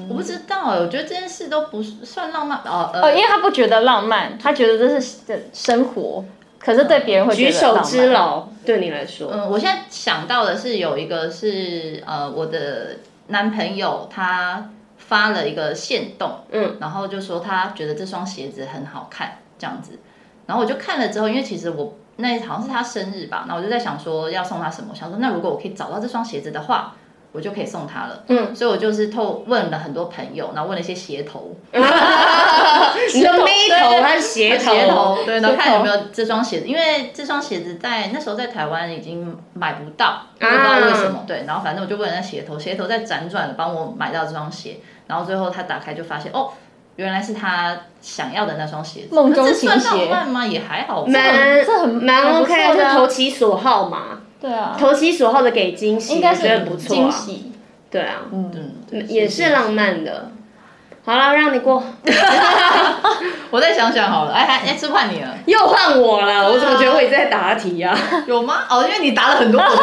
S3: 我不知道哎，我觉得这件事都不是算浪漫哦，
S2: 哦，
S3: 呃，
S2: 因为他不觉得浪漫，他觉得这是这生活，可是对别人会觉
S1: 举
S2: 得浪
S1: 手
S2: 漫
S1: 之劳，对你来说，
S3: 嗯，我现在想到的是有一个是呃，我的男朋友他发了一个线动，嗯，然后就说他觉得这双鞋子很好看，这样子，然后我就看了之后，因为其实我那好像是他生日吧，那我就在想说要送他什么，想说那如果我可以找到这双鞋子的话。我就可以送他了，嗯，所以我就是透问了很多朋友，然后问了一些鞋头，
S1: 你的眉头还是鞋 头？
S3: 鞋头，哦对，然后
S2: 鞋头
S3: 看有没有这双鞋子，因为这双鞋子在那时候在台湾已经买不到，我也不知道为
S2: 啊
S3: 什么，对，然后反正我就问了那鞋头，鞋头在辗转的帮我买到这双鞋，然后最后他打开就发现哦。原来是他想要的那双鞋子，
S2: 梦中情鞋
S3: 这算浪漫吗？也还好吧，
S1: 蛮
S2: 这很
S1: 蛮
S2: 蛮不错
S1: OK 的，
S2: 的
S1: 就
S2: 啊
S1: 投其所好嘛，
S2: 对啊，
S1: 投其所好的给惊喜，
S2: 应该
S1: 我觉得
S2: 是
S1: 很不错
S2: 惊
S1: 啊，
S2: 喜，
S1: 对啊，
S3: 嗯，对
S1: 也是。浪漫的。好了，让你 过，
S3: 我再想想好了，哎哎哎，是换你 了，
S1: 又换我
S2: 啊
S1: 了，我怎么觉得我也在答题啊呀、
S3: 有吗？哦，因为你答了很多我的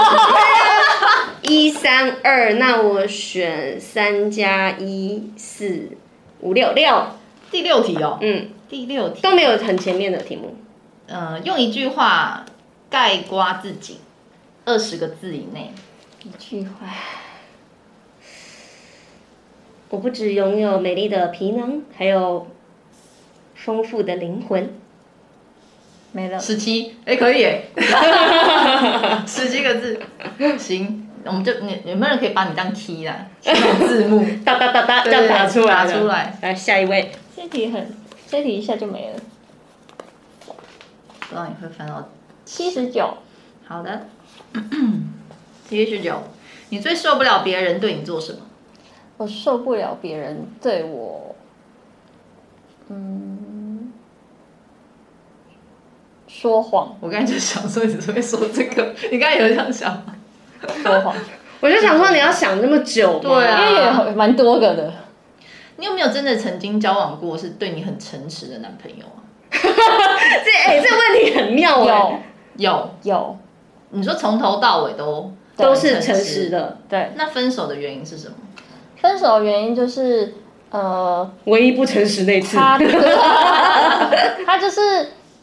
S3: 题，
S1: 一三二，那我选三加一四五六六，
S3: 第六题哦，
S1: 嗯，
S3: 第六题，
S1: 都没有很前面的题目。
S3: 呃，用一句话概括自己，二十个字以内。
S2: 一句话，
S1: 我不只拥有美丽的皮囊，还有丰富的灵魂。
S2: 没了。
S3: 十七，哎，可以 耶，十七个字，行，我们就你有没有人可以把你当 key 啦？字幕，
S1: 哒哒哒哒，这样打出来了
S3: 打出来。
S1: 来，下一位，
S2: 这题很，这题一下就没了。
S3: 不知道你会翻到。
S2: 七十九，
S3: 好的， 七十九，你最受不了别人对你做什么？
S2: 我受不了别人对我，嗯，说谎，
S3: 我刚才就想说，你只会说这个，你刚才有这样想吗？
S2: 说 谎，
S1: 我就想说你要想这么久吗？
S3: 对啊
S2: 因为也蛮多个的。
S3: 你有没有真的曾经交往过是对你很诚实的男朋友啊？
S1: 这哎、这问题很妙哎、
S2: 有
S3: 有，
S2: 有，
S3: 你说从头到尾都
S1: 都
S3: 很
S1: 是诚实，的，
S2: 对，
S3: 那分手的原因是什么？
S2: 分手的原因就是，呃，
S1: 唯一不诚实那次。
S2: 他他就是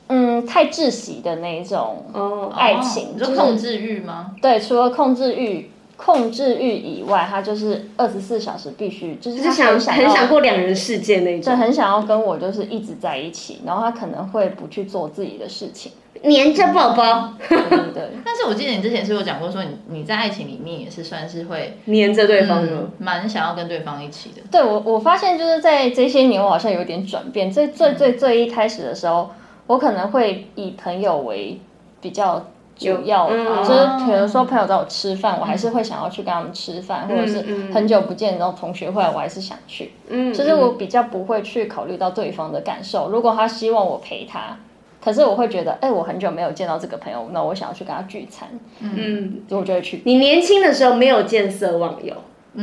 S2: 嗯太窒息的那一种，
S1: 哦，
S2: 爱情
S3: 哦你
S2: 就
S3: 说
S2: 是
S3: 控制欲吗？
S2: 对，除了控制欲。控制欲以外，他就是二十四小时必须，就是
S1: 就是
S2: 他
S1: 想
S2: 想
S1: 很
S2: 要
S1: 想过两人世界那
S2: 就
S1: 种，
S2: 很想要跟我就是一直在一起，然后他可能会不去做自己的事情，
S1: 黏着宝宝，
S2: 对对对，
S3: 但是我记得你之前是有讲过，说你你在爱情里面也是算是会
S1: 黏着对方啊
S3: 嗯
S1: 了。
S3: 蛮想要跟对方一起的。
S2: 对我我发现就是在这些年我好像有点转变，最最最最一开始的时候，我可能会以朋友为比较主要，
S1: 嗯
S2: 就是比如说朋友找我吃饭，我还是会想要去跟他们吃饭，或者是
S1: 嗯
S2: 很久不见然后同学会，我还是想去，
S1: 嗯，
S2: 就是我比较不会去考虑到对方的感受，如果他希望我陪他。可是我会觉得，哎、我很久没有见到这个朋友，那我想要去跟他聚餐，
S1: 嗯，
S2: 所以我就会去
S1: 你年轻的时候没有见色忘友，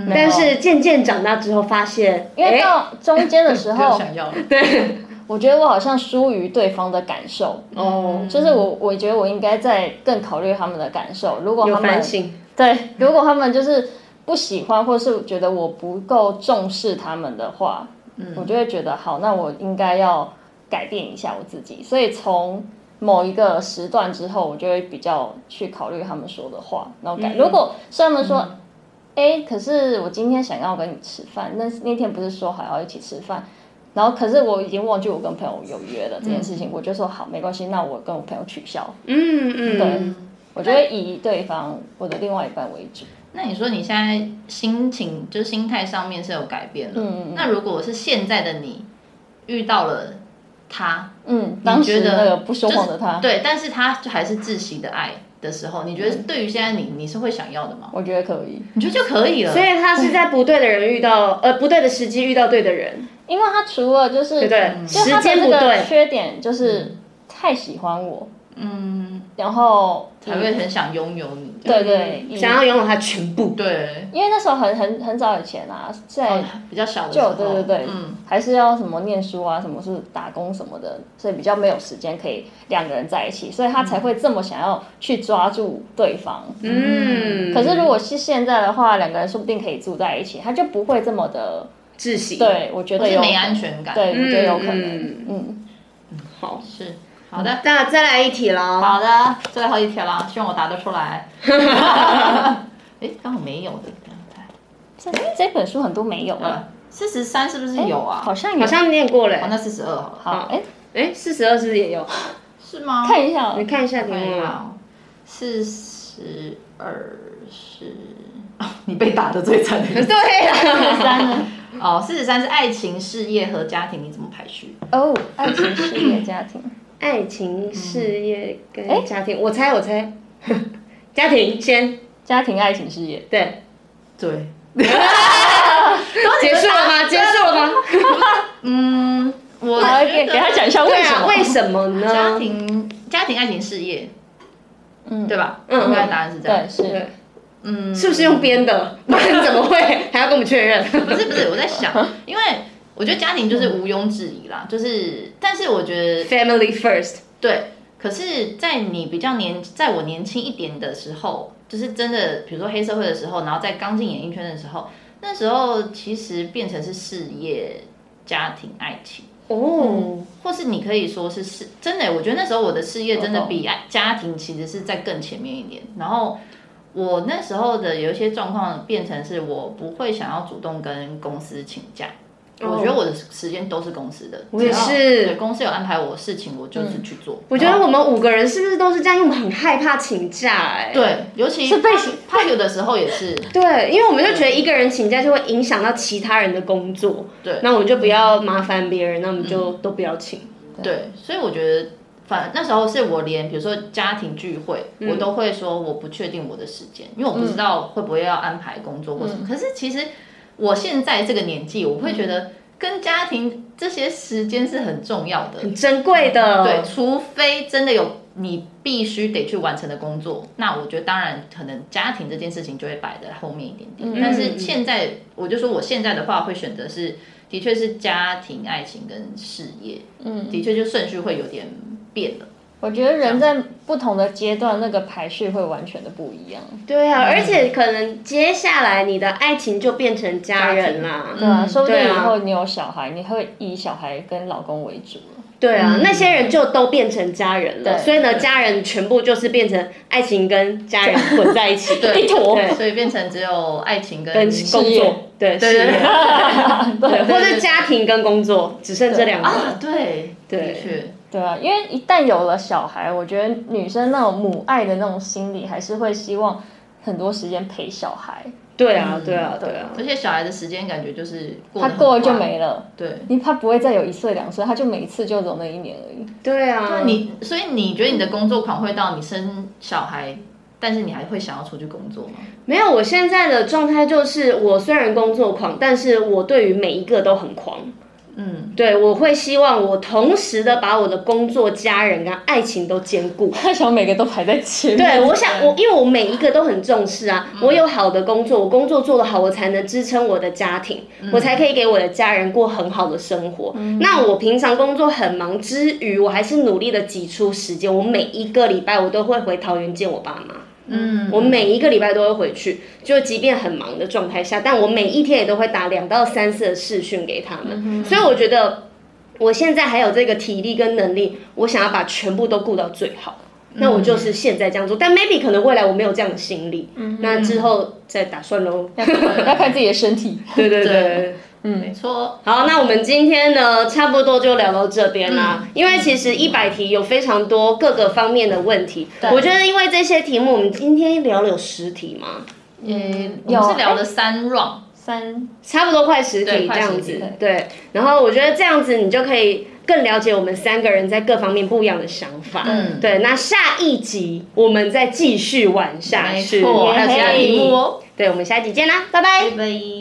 S1: 但是渐渐长大之后发现，
S2: 因为
S1: 哎，
S2: 到中间 的时
S3: 就
S2: 候，
S3: 想要，
S1: 对，
S2: 我觉得我好像疏于对方的感受，
S1: 哦，
S2: 就是我我觉得我应该再更考虑他们的感受。如果
S1: 有
S2: 他们
S1: 反省，
S2: 对，如果他们就是不喜欢，或是觉得我不够重视他们的话，我就会觉得好，那我应该要改变一下我自己。所以从某一个时段之后，我就会比较去考虑他们说的话，然后改。如果是他们说，哎、可是我今天想要跟你吃饭，那那天不是说好要一起吃饭，然后可是我已经忘记我跟朋友有约了这件事情，我就说好，没关系，那我跟我朋友取消。
S1: 嗯嗯，
S2: 对，我就会以对方我的另外一半为主。
S3: 那你说你现在心情就是心态上面是有改变了，
S2: 嗯嗯嗯
S3: 那如果是现在的你遇到了他，
S2: 嗯，当时那个不凶猛的他，
S3: 对，但是他就还是窒息的爱的时候，你觉得对于现在你你是会想要的吗？
S2: 我觉得可嗯以，
S3: 你觉得就可以了？
S1: 所以他是在不对的人遇到，呃，不对的时机遇到对的人，
S2: 因为他除了就是
S1: 对不对？
S2: 就
S1: 时
S2: 他的
S1: 间
S2: 这
S1: 不
S2: 个
S1: 对，
S2: 缺点就是太喜欢我，
S3: 嗯，
S2: 然后
S3: 才会很想拥有你。
S2: 对对，以
S1: 嗯想要拥有他全部。
S3: 对，
S2: 因为那时候很很很早以前啊，在
S3: 比较小的时
S2: 就
S1: 哦
S3: 候，
S2: 对对对，
S3: 嗯，
S2: 还是要什么念书啊，什么是打工什么的，所以比较没有时间可以两个人在一起，所以他才会这么想要去抓住对方。
S1: 嗯，
S2: 可是如果是现在的话，两个人说不定可以住在一起，他就不会这么的。
S1: 窒息，，
S2: 对，我觉
S3: 或
S2: 得
S3: 是
S2: 有
S3: 没安全感，
S2: 对，我觉得有可能。
S1: 嗯
S2: 嗯，
S1: 好，
S3: 是好的。
S1: 那再来一题喽。
S3: 好的，最后一条啦，希望我答得 出来。哎，刚好没有的，等一下
S2: 这这本书很多没有
S3: 呃
S2: 了，，
S3: 四十三是不是有啊？
S2: 哎好像有
S1: 好像念过了
S3: 哦，，那四十二好了，
S2: 好，哎，
S1: 哎，四十二是不是也有？
S3: 是吗？
S2: 看一下哦
S1: 你，看一下题
S3: 看
S1: 目
S3: 一下
S1: 啊。
S2: 嗯
S3: 哦，四十二是，哦你被打的最惨的。
S1: 对啊，
S2: 三呢？
S3: 哦，四十三是爱情、事业和家庭，你怎么排序？
S2: 哦，爱情、事业、家庭，
S1: 爱
S2: 嗯
S1: 情、事业跟家庭，我猜，我猜， 家庭先，
S2: 家庭、爱情、事业。
S1: 对，
S3: 对，
S1: 结束了
S2: 啊
S1: 吗？结束了吗？
S3: 嗯，我
S2: 好，
S3: 觉
S2: 给
S3: 得
S2: 给他讲一下
S1: 对
S2: 为什
S1: 啊，
S2: 么？
S1: 为什么
S3: 家
S1: 呢？
S3: 庭、家庭、爱情、事业，
S2: 嗯
S3: 对吧？
S1: 嗯
S3: 应该答案是这样
S2: 对，。是
S1: 对，
S3: 嗯，
S1: 是不是用编的？ 不然怎么会还要跟我们确认？
S3: 不是不是，我在想，因为我觉得家庭就是毋庸置疑啦，就是，但是我觉得
S1: Family first，
S3: 对，可是，在你比较年，在我年轻一点的时候，就是真的，比如说黑社会的时候，然后在刚进演艺圈的时候，那时候其实变成是事业、家庭、爱情。
S1: 哦，
S3: 或是你可以说是事，真的，我觉得那时候我的事业
S1: 嗯
S3: 真的
S2: 我懂
S3: 比爱家庭其实是在更前面一点。然后我那时候的有一些状况变成是我不会想要主动跟公司请假，我觉得我的时间都是公司的，
S1: 哦我也
S3: 只要
S1: 是嗯
S3: 对公司有安排我事情，我就是去做。
S1: 我觉得我们五个人是不是都是这样？因为我们很害怕请假、哎，
S3: 对，尤其
S1: 是被
S3: 他有的时候也是
S1: 对，因为我们就觉得一个人请假就会影响到其他人的工作，
S3: 对
S1: 那我们就不要麻烦别人，那我们就都不要请。
S3: 对，所以我觉得。反那时候是我连比如说家庭聚会，我都会说我不确定我的时间，因为我不知道会不会要安排工作或什么。可是其实我现在这个年纪，我会觉得跟家庭这些时间是很重要的。
S1: 很珍贵的，
S3: 对，除非真的有你必须得去完成的工作，那我觉得当然可能家庭这件事情就会摆在后面一点
S2: 嗯
S3: 点。但是现在我就说我现在的话会选择是，的确是家庭、爱情跟事业，嗯，的确就顺序会有点变了。
S2: 我觉得人在不同的阶段，那个排序会完全的不一样。
S1: 对
S3: 嗯
S1: 啊，而且可能接下来你的爱情就变成家人啦，
S3: 庭
S2: 对啊，
S3: 嗯
S2: 说不定
S1: 对
S2: 以
S1: 啊
S2: 后你有小孩，你会以小孩跟老公为主了。
S1: 对啊，
S3: 嗯
S1: 那些人就都变成家人了，
S2: 对
S1: 所以呢，家人全部就是变成爱情跟家人混在一起，
S3: 对
S1: 一坨，
S2: 对
S3: 所以变成只有爱情跟
S1: 跟
S2: 业
S1: 工作，对，
S3: 对
S1: 事业，对，
S2: 对
S1: 或者家庭跟工作，只剩这两个，
S3: 啊，对，
S1: 对
S3: 的确，
S2: 对啊，因为一旦有了小孩，我觉得女生那种母爱的那种心理，还是会希望很多时间陪小孩。
S1: 对啊，对啊，对啊，
S3: 而且小孩的时间感觉就是过
S2: 他
S3: 得
S2: 过了
S3: 很快
S2: 就没了，
S3: 对。
S2: 因为他不会再有一岁两岁，他就每一次就走那一年而已。
S1: 对啊，
S3: 你所以你觉得你的工作狂会到你生小孩，但是你还会想要出去工作吗？
S1: 没有，我现在的状态就是，我虽然工作狂，但是我对于每一个都很狂。
S3: 嗯，
S1: 对，我会希望我同时的把我的工作、家人跟爱情都兼顾。
S2: 他想每个都排在前面。
S1: 对，我想我因为我每一个都很重视啊，我有好的工作，我工作做得好，我才能支撑我的家庭，我才可以给我的家人过很好的生活。那我平常工作很忙之余，我还是努力的挤出时间，我每一个礼拜我都会回桃园见我爸妈。嗯，我每一个礼拜都会回去，就即便很忙的状态下，但我每一天也都会打两到三次的视讯给他们，所以我觉得我现在还有这个体力跟能力，我想要把全部都顾到最好。那我就是现在这样做，但 maybe 可能未来我没有这样的心力，那之后再打算喽。
S2: 要看自己的身体。
S1: 对对对。
S3: 没错，
S1: 好，那我们今天呢，差不多就聊到这边啦。因为其实一百题有非常多各个方面的问题，我觉得因为这些题目，我们今天聊了有十题嘛，
S3: 嗯，我们是聊了三 round，
S2: 三
S1: 差不多快十
S3: 对
S1: 题
S3: 快
S1: 这样
S3: 10
S1: 子
S3: 题。
S1: 对，然后我觉得这样子你就可以更了解我们三个人在各方面不一样的想法。
S3: 嗯
S1: 对，那下一集我们再继续玩下
S3: 没
S1: 去。
S3: 错，还有其他
S1: 嘿
S3: 题目哦，
S1: 对，我们下一集见啦，拜拜。
S3: 拜拜。